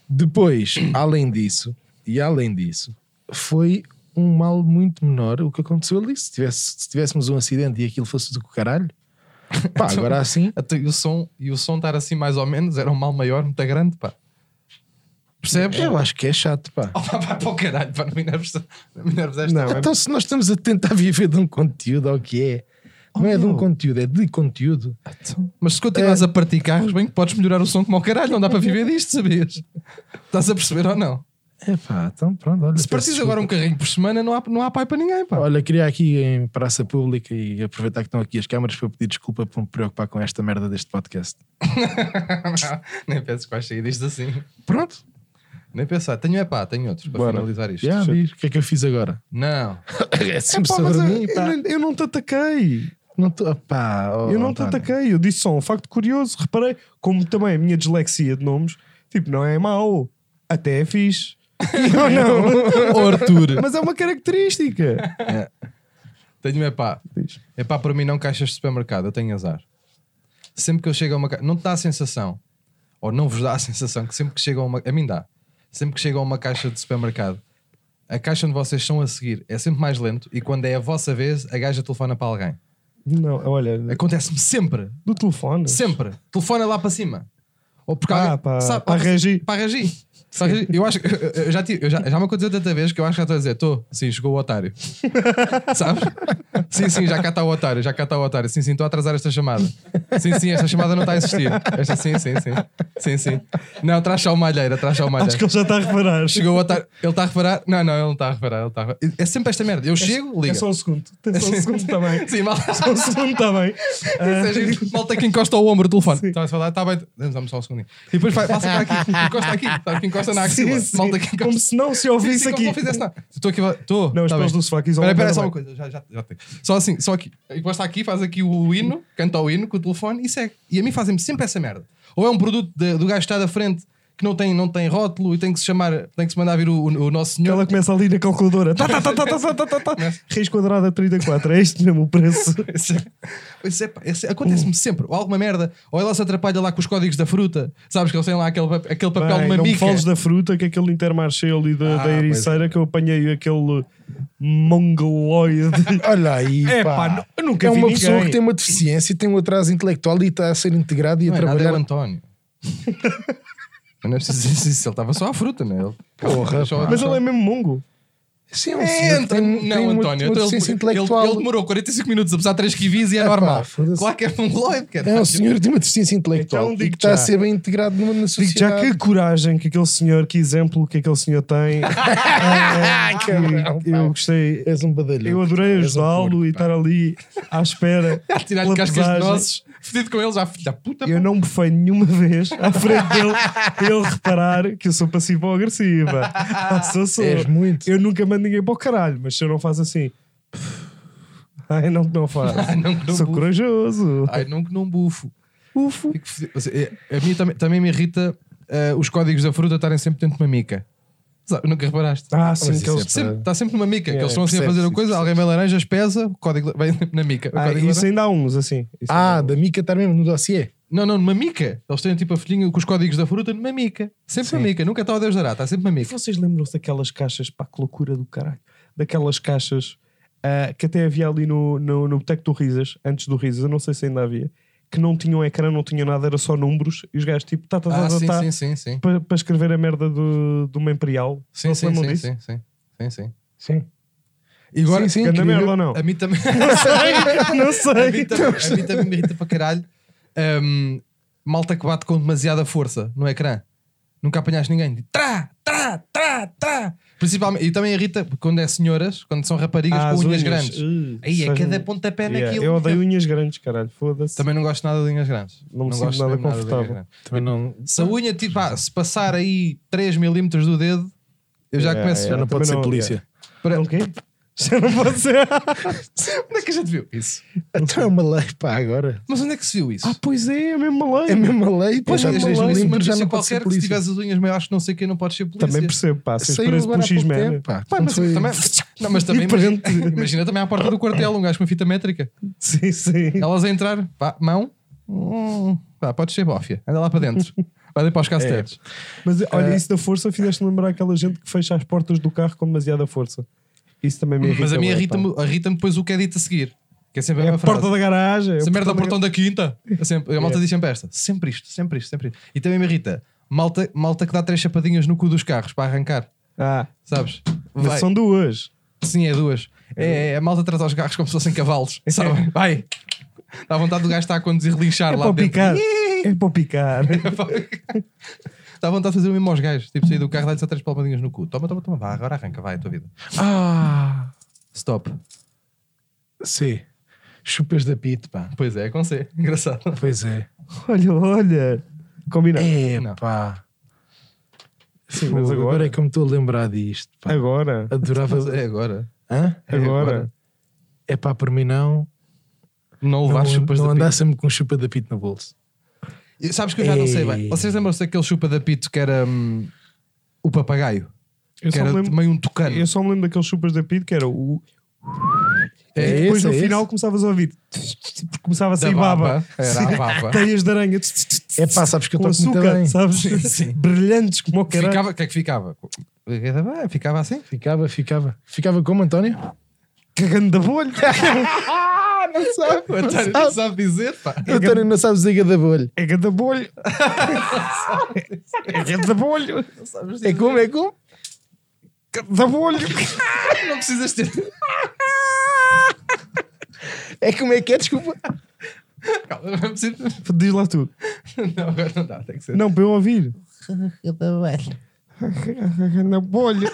Speaker 3: Depois, além disso, e além disso, foi um mal muito menor o que aconteceu ali. Se, tivesse- se tivéssemos um acidente e aquilo fosse do caralho, pá, agora assim,
Speaker 1: Até e o som, e o som estar assim mais ou menos era um mal maior, muito grande, pá. Percebes?
Speaker 3: eu acho que é chato, pá.
Speaker 1: Oh, pá, pá, para o caralho, pá, não me nerves, não me nerves esta.
Speaker 2: Não, é
Speaker 3: Então, se nós estamos a tentar viver de um conteúdo, ao que é? Não é de um conteúdo, é de conteúdo.
Speaker 1: Mas se
Speaker 2: É.
Speaker 1: continuas a partir carros, bem que podes melhorar o som como ao caralho, não dá para viver disto, sabias? Estás a perceber ou não?
Speaker 3: É pá, então pronto. Olha,
Speaker 1: Se partires
Speaker 3: peço
Speaker 1: agora um carrinho por semana, não há, não há pai para ninguém, pá.
Speaker 3: Olha, queria aqui em praça pública e aproveitar que estão aqui as câmaras para pedir desculpa por me preocupar com esta merda deste podcast.
Speaker 1: Nem penses que vais sair disto assim.
Speaker 3: Pronto.
Speaker 1: Nem pensar. Tenho é pá, tenho outros para
Speaker 2: Bora.
Speaker 1: finalizar isto.
Speaker 3: Já diz. O que é que eu fiz agora?
Speaker 1: Não.
Speaker 3: É sempre
Speaker 2: Pá, mas
Speaker 3: sobre
Speaker 2: eu-
Speaker 3: mim, pá.
Speaker 2: eu, não- eu não te ataquei.
Speaker 3: Não tô, pá, oh,
Speaker 2: eu não te
Speaker 3: António.
Speaker 2: ataquei. Eu disse só um facto curioso. Reparei, como também a minha dislexia de nomes, tipo, não é mau. Até é fixe. Ou não.
Speaker 1: Oh, Arthur.
Speaker 2: Mas é uma característica.
Speaker 1: Tenho é pá.
Speaker 2: Diz.
Speaker 1: É pá, para mim não caixas de supermercado, eu tenho azar. Sempre que eu chego a uma caixa, não te dá a sensação, ou não vos dá a sensação, que sempre que chegam a uma, a mim dá, sempre que chegam a uma caixa de supermercado, a caixa onde vocês estão a seguir é sempre mais lento e quando é a vossa vez, a gaja telefona para alguém.
Speaker 2: Não, olha,
Speaker 1: Acontece-me sempre.
Speaker 2: do telefone.
Speaker 1: Sempre. Telefona lá para cima. Ou porque
Speaker 2: Ah,
Speaker 1: alguém-
Speaker 2: para- para Regi.
Speaker 1: Para Regi. Sabe, Regi? Eu acho eu- eu já, tive- eu já, já me aconteceu tanta vez que eu acho que já estou a dizer: estou, sim, chegou o otário. Sabes? Sim, sim, já cá está o otário, já cá está o otário. Sim, sim, estou a atrasar esta chamada. Sim, sim, esta chamada não está a existir. Esta, sim, sim, sim. Sim, sim. Não, traz só o malheiro, traz só o malheiro.
Speaker 2: Acho que ele já está a reparar.
Speaker 1: Chegou o otário. Ele está a reparar? Não, não, ele não está a reparar. Ele está a reparar. É sempre esta merda. Eu chego, liga.
Speaker 2: É só um segundo. Tem só um segundo também.
Speaker 1: Sim, mal.
Speaker 2: Só um segundo também.
Speaker 1: Ou seja, malta que encosta ao ombro do telefone. Tá, Estava a falar, está bem, dá-me só um segundinho. E depois vai, passa para aqui, encosta aqui, sabe, que encosta na axila. Malta que encosta.
Speaker 2: Ah, Como se não se
Speaker 1: Sim,
Speaker 2: ouvisse
Speaker 1: sim, como
Speaker 2: aqui.
Speaker 1: não fizesse nada. Estou aqui, estou.
Speaker 2: Não, os
Speaker 1: tá
Speaker 2: pelos
Speaker 1: bem.
Speaker 2: do sofá aqui
Speaker 1: Espera, espera,
Speaker 2: isolam
Speaker 1: só uma
Speaker 2: bem.
Speaker 1: coisa, já, já, já tenho. Só assim, só aqui. Encosta aqui, faz aqui o hino, canta o hino com o telefone e segue. E a mim fazem-me sempre essa merda. Ou é um produto de- do gajo que está da frente que não tem, não tem rótulo e tem que se chamar, tem que se mandar vir o, o- o nosso senhor.
Speaker 2: Ela começa ali na calculadora. Tá, tá, tá, tá, tá, tá, tá, tá. Raiz quadrada 34. É este mesmo o preço.
Speaker 1: Isso é- isso é pá, isso é- Acontece-me sempre, ou alguma merda, ou ela se atrapalha lá com os códigos da fruta, sabes que eles têm lá aquele, pap- aquele papel
Speaker 2: Bem,
Speaker 1: de uma
Speaker 2: não me
Speaker 1: mica.
Speaker 2: fales da fruta, que aquele intermarché ali da,
Speaker 1: Ah,
Speaker 2: da ericeira que eu apanhei aquele mongoloide.
Speaker 3: Olha aí,
Speaker 2: É,
Speaker 3: pá.
Speaker 2: pá, eu nunca
Speaker 3: é
Speaker 2: vi
Speaker 3: uma
Speaker 2: ninguém.
Speaker 3: pessoa que tem uma deficiência e tem um atraso intelectual e está a ser integrado e a
Speaker 1: Não é nada, é o
Speaker 3: trabalhar.
Speaker 1: António. Eu não é preciso dizer isso, ele estava só à fruta, não é? Ele-
Speaker 3: Porra,
Speaker 1: Só-
Speaker 3: pá.
Speaker 2: Mas
Speaker 1: só-
Speaker 2: ele é mesmo mongo.
Speaker 3: Sim, é um
Speaker 1: É,
Speaker 3: senhor que tem,
Speaker 1: António,
Speaker 3: tem
Speaker 1: não,
Speaker 3: uma,
Speaker 1: António,
Speaker 3: uma
Speaker 1: então ele,
Speaker 3: deficiência
Speaker 1: ele-
Speaker 3: intelectual.
Speaker 1: ele demorou 45 minutos a pesar 3 kiwis e é
Speaker 3: Ah, pá,
Speaker 1: normal.
Speaker 3: foda-se.
Speaker 1: claro que é mongoloide, cara.
Speaker 3: É um senhor que tem uma deficiência intelectual
Speaker 2: Então,
Speaker 3: e
Speaker 2: digo
Speaker 3: que está
Speaker 2: já.
Speaker 3: a ser bem integrado numa, na
Speaker 2: Digo já
Speaker 3: sociedade.
Speaker 2: que coragem que aquele senhor, que exemplo que aquele senhor tem. Ah, que
Speaker 3: Caralho,
Speaker 2: eu
Speaker 3: pá.
Speaker 2: gostei.
Speaker 3: És um badalhão.
Speaker 2: Eu adorei ajudá-lo e estar ali à espera.
Speaker 1: A tirar-lhe
Speaker 2: pela
Speaker 1: cascas de
Speaker 2: pesagem.
Speaker 1: nozes, fedido com ele já, filha da puta.
Speaker 2: Eu
Speaker 1: pá.
Speaker 2: não me bufei nenhuma vez à frente dele para ele reparar que eu sou passivo ou agressiva. Ah, sou, sou.
Speaker 3: És muito.
Speaker 2: Eu nunca mando ninguém para o caralho, mas se eu não faço assim. Ai, não que não faço.
Speaker 1: Ai, não que não
Speaker 2: sou
Speaker 1: bufo.
Speaker 2: corajoso.
Speaker 1: Ai, não que não bufo.
Speaker 2: Ufo.
Speaker 1: Fico fedido. Ou seja, é- A mim também, também me irrita eh, os códigos da fruta estarem sempre dentro de uma mica. Sabe, Nunca reparaste? assim,
Speaker 2: Ah, sim,
Speaker 3: Mas
Speaker 2: que
Speaker 3: isso
Speaker 2: eles.
Speaker 3: é
Speaker 1: Sempre, está sempre numa mica, que
Speaker 3: É,
Speaker 1: eles estão assim a fazer
Speaker 3: percebe-se
Speaker 1: a
Speaker 3: isso,
Speaker 1: coisa, alguém vai laranjas, pesa, o código vem na mica. O
Speaker 2: Ah,
Speaker 1: código
Speaker 2: isso
Speaker 1: laranja-
Speaker 2: ainda há uns, assim. Isso
Speaker 3: Ah,
Speaker 2: ainda
Speaker 3: da Mica estar mesmo no dossiê.
Speaker 1: Não, não, numa mica. Eles têm tipo a folhinha com os códigos da fruta numa mica. Sempre uma mica, nunca está o Deus dará, está sempre uma
Speaker 2: há uns.
Speaker 1: mica.
Speaker 2: Vocês lembram-se daquelas caixas, pá, que loucura do caralho. Daquelas caixas ah, que até havia ali no, no, no Boteco do Risas, antes do Risas, eu não sei se ainda havia, que não tinham ecrã, não tinham nada, era só números, e os gajos tipo, tá, tá, tá,
Speaker 1: Ah,
Speaker 2: tá,
Speaker 1: sim,
Speaker 2: tá,
Speaker 1: sim, sim, sim.
Speaker 2: para, para escrever a merda do, de uma Imperial.
Speaker 1: Sim,
Speaker 2: não se
Speaker 1: sim,
Speaker 2: lembram
Speaker 1: sim,
Speaker 2: disso?
Speaker 1: sim, sim, sim, sim.
Speaker 3: Sim.
Speaker 1: E agora,
Speaker 3: sim,
Speaker 2: Ganda
Speaker 3: incrível.
Speaker 2: merda ou não?
Speaker 1: a mim também. a, mim também a
Speaker 2: não sei.
Speaker 1: mim também me irrita para caralho. Hum, malta que bate com demasiada força no ecrã. Nunca apanhaste ninguém. Tipo, Trá, trá, trá, trá. Principalmente, e também irrita quando é senhoras, quando são raparigas
Speaker 2: Ah,
Speaker 1: com
Speaker 2: as
Speaker 1: unhas, grandes.
Speaker 2: Uh,
Speaker 1: Aí é
Speaker 2: sejam-
Speaker 1: cada pontapé
Speaker 2: Yeah,
Speaker 1: naquilo.
Speaker 2: Eu odeio unhas grandes, caralho. Foda-se.
Speaker 1: Também não gosto nada de unhas grandes.
Speaker 2: Não me sinto
Speaker 1: gosto
Speaker 2: nada
Speaker 1: mesmo de
Speaker 2: confortável.
Speaker 1: unhas grandes.
Speaker 3: Também não.
Speaker 1: Se a unha, tipo, ah, se passar aí 3 milímetros do dedo, eu já
Speaker 2: Yeah,
Speaker 1: começo.
Speaker 3: Já
Speaker 2: yeah.
Speaker 3: É, não
Speaker 2: também
Speaker 3: pode ser
Speaker 2: não,
Speaker 3: polícia.
Speaker 1: Para-
Speaker 2: Não quê? Já não pode ser.
Speaker 1: Onde é que a gente viu isso?
Speaker 3: Então é uma lei, pá, agora.
Speaker 1: Mas onde é que se viu isso?
Speaker 2: ah, pois é, é mesmo uma lei.
Speaker 3: É mesmo uma lei, pá,
Speaker 1: Pois,
Speaker 3: já
Speaker 1: mas
Speaker 3: não
Speaker 1: tens
Speaker 3: me
Speaker 1: isso, uma
Speaker 3: lembro, já
Speaker 1: notícia
Speaker 3: não pode ser
Speaker 1: qualquer que se
Speaker 3: polícia.
Speaker 1: tivesse as unhas maiores que não sei quem não pode ser polícia.
Speaker 2: Também percebo, pá. Se
Speaker 3: Saiu
Speaker 2: preso
Speaker 3: agora
Speaker 2: por
Speaker 3: há pouco
Speaker 2: X-Men.
Speaker 3: tempo, pá.
Speaker 1: é? Pá,
Speaker 3: Quando
Speaker 1: mas
Speaker 3: foi-
Speaker 1: também, não, mas também
Speaker 2: Diferente.
Speaker 1: imagina, imagina também à porta do quartel um gajo com fita métrica.
Speaker 2: Sim, sim.
Speaker 1: Elas a entrar, pá, mão, hum, pá, pode ser bófia, anda lá para dentro. Vai ali para os castelos.
Speaker 2: Mas olha, isso da força fizeste lembrar aquela gente que fecha as portas do carro com demasiada força. Isso também me irrita.
Speaker 1: Mas a mim
Speaker 2: bué, pá.
Speaker 1: irrita-me irrita depois o que é dito a seguir. Que é sempre a
Speaker 2: É
Speaker 1: mesma
Speaker 2: a
Speaker 1: frase.
Speaker 2: porta da garagem.
Speaker 1: Essa merda é o
Speaker 2: da
Speaker 1: portão da quinta. É sempre, a malta diz sempre esta. Sempre isto, sempre isto, sempre isto. E também me irrita. Malta, malta que dá três chapadinhas no cu dos carros para arrancar.
Speaker 2: Ah,
Speaker 1: Sabes? Vai.
Speaker 2: mas são duas.
Speaker 1: Sim, é duas. É, é, a malta trata os carros como se fossem cavalos. Sabe? Vai. Dá vontade do gajo estar a conduzir
Speaker 2: É
Speaker 1: linchar lá
Speaker 2: para
Speaker 1: dentro.
Speaker 2: picar. É para picar.
Speaker 1: Dá vontade de fazer o mesmo aos gajos. Tipo, sair do carro, dá-lhe só três palmadinhas no cu. Toma, toma, toma. Vá, agora arranca. Vai, a tua vida.
Speaker 3: Ah,
Speaker 1: Stop.
Speaker 3: sim. Chupas da pit, pá.
Speaker 1: Pois é, é com C. Engraçado.
Speaker 3: Pois é.
Speaker 2: Olha, olha. Combinado.
Speaker 3: É,
Speaker 1: Não.
Speaker 3: pá.
Speaker 2: Sim,
Speaker 3: Pô,
Speaker 2: mas
Speaker 3: agora...
Speaker 2: agora.
Speaker 3: é que eu me estou a lembrar disto. Pá.
Speaker 2: Agora.
Speaker 3: Adorava.
Speaker 1: Mas é agora.
Speaker 3: Hã?
Speaker 1: É
Speaker 2: Agora.
Speaker 3: É pá, por mim não.
Speaker 1: Não
Speaker 3: Não,
Speaker 1: levar chupas
Speaker 3: não
Speaker 1: da
Speaker 3: andar sempre com chupa da pit no bolso.
Speaker 1: E Sabes que eu já não sei bem.
Speaker 3: Ei.
Speaker 1: Vocês lembram-se daquele chupa da pito que era hum, o papagaio?
Speaker 2: Eu
Speaker 1: que
Speaker 2: só,
Speaker 1: era
Speaker 2: me lembro,
Speaker 1: meio um tucano.
Speaker 2: eu só me lembro daqueles chupas da PID que era o.
Speaker 1: É
Speaker 2: e depois
Speaker 3: esse,
Speaker 2: no
Speaker 3: é
Speaker 2: final
Speaker 3: esse.
Speaker 2: começavas a ouvir. Tipo, Começava a
Speaker 1: Da
Speaker 2: sair baba.
Speaker 1: Era a baba.
Speaker 2: Teias de aranha.
Speaker 3: É pá, sabes que eu
Speaker 2: com
Speaker 3: toco muito
Speaker 2: açúcar,
Speaker 3: bem.
Speaker 2: sabes?
Speaker 1: Sim, sim.
Speaker 2: Brilhantes como o caralho.
Speaker 1: Ficava, o que é que ficava? Ah, Ficava assim.
Speaker 3: Ficava, ficava. Ficava como, António?
Speaker 2: Cagando da bolha.
Speaker 3: Não sabe.
Speaker 1: O António não sabe dizer, pá.
Speaker 3: António não sabe dizer cada bolho.
Speaker 2: É cada bolho. É cada bolho.
Speaker 3: É como, é como?
Speaker 2: Cada bolho.
Speaker 1: Não precisas ter.
Speaker 3: É como é que é, desculpa.
Speaker 1: Calma, não precisa-
Speaker 2: Diz lá tudo.
Speaker 1: Não, agora não dá, tem que ser.
Speaker 2: Não, para eu ouvir. Cada bolho.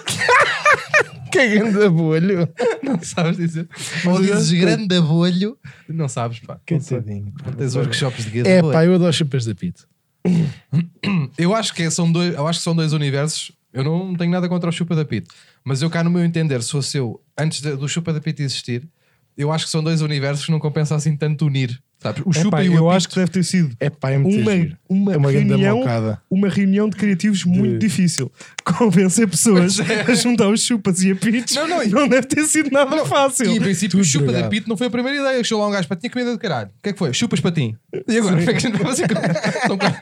Speaker 3: Cagando a bolho.
Speaker 1: é Não sabes dizer. Ou dizes grande abolho. Não sabes, pá. Não sei. Tens workshops de grande
Speaker 3: É
Speaker 1: abolho.
Speaker 3: pá, eu adoro chupas da pito.
Speaker 1: Eu acho que são dois, eu acho que são dois universos. Eu não tenho nada contra o Chupa da Pit, mas eu cá no meu entender, se fosse eu antes de- do Chupa da Pit existir, eu acho que são dois universos que não compensa assim tanto unir, sabes? O Chupa
Speaker 2: Epá,
Speaker 1: e o
Speaker 2: eu
Speaker 1: Apito.
Speaker 2: acho que deve ter sido
Speaker 3: É pá, é muito
Speaker 2: uma,
Speaker 3: giro.
Speaker 2: uma,
Speaker 3: É uma grande
Speaker 2: reunião,
Speaker 3: mocada.
Speaker 2: uma reunião de criativos muito difícil. Convencer pessoas a juntar os chupas e a pits
Speaker 1: Não,
Speaker 2: não,
Speaker 1: não, e-
Speaker 2: deve ter sido nada
Speaker 1: E em
Speaker 2: fácil.
Speaker 1: princípio, o Chupa da
Speaker 3: drogado.
Speaker 1: Pit não foi a primeira ideia. Chegou lá um gajo para tinha comida do caralho. O que é que foi? Chupas para ti. E agora? Como é que a gente vai fazer com- São coisas-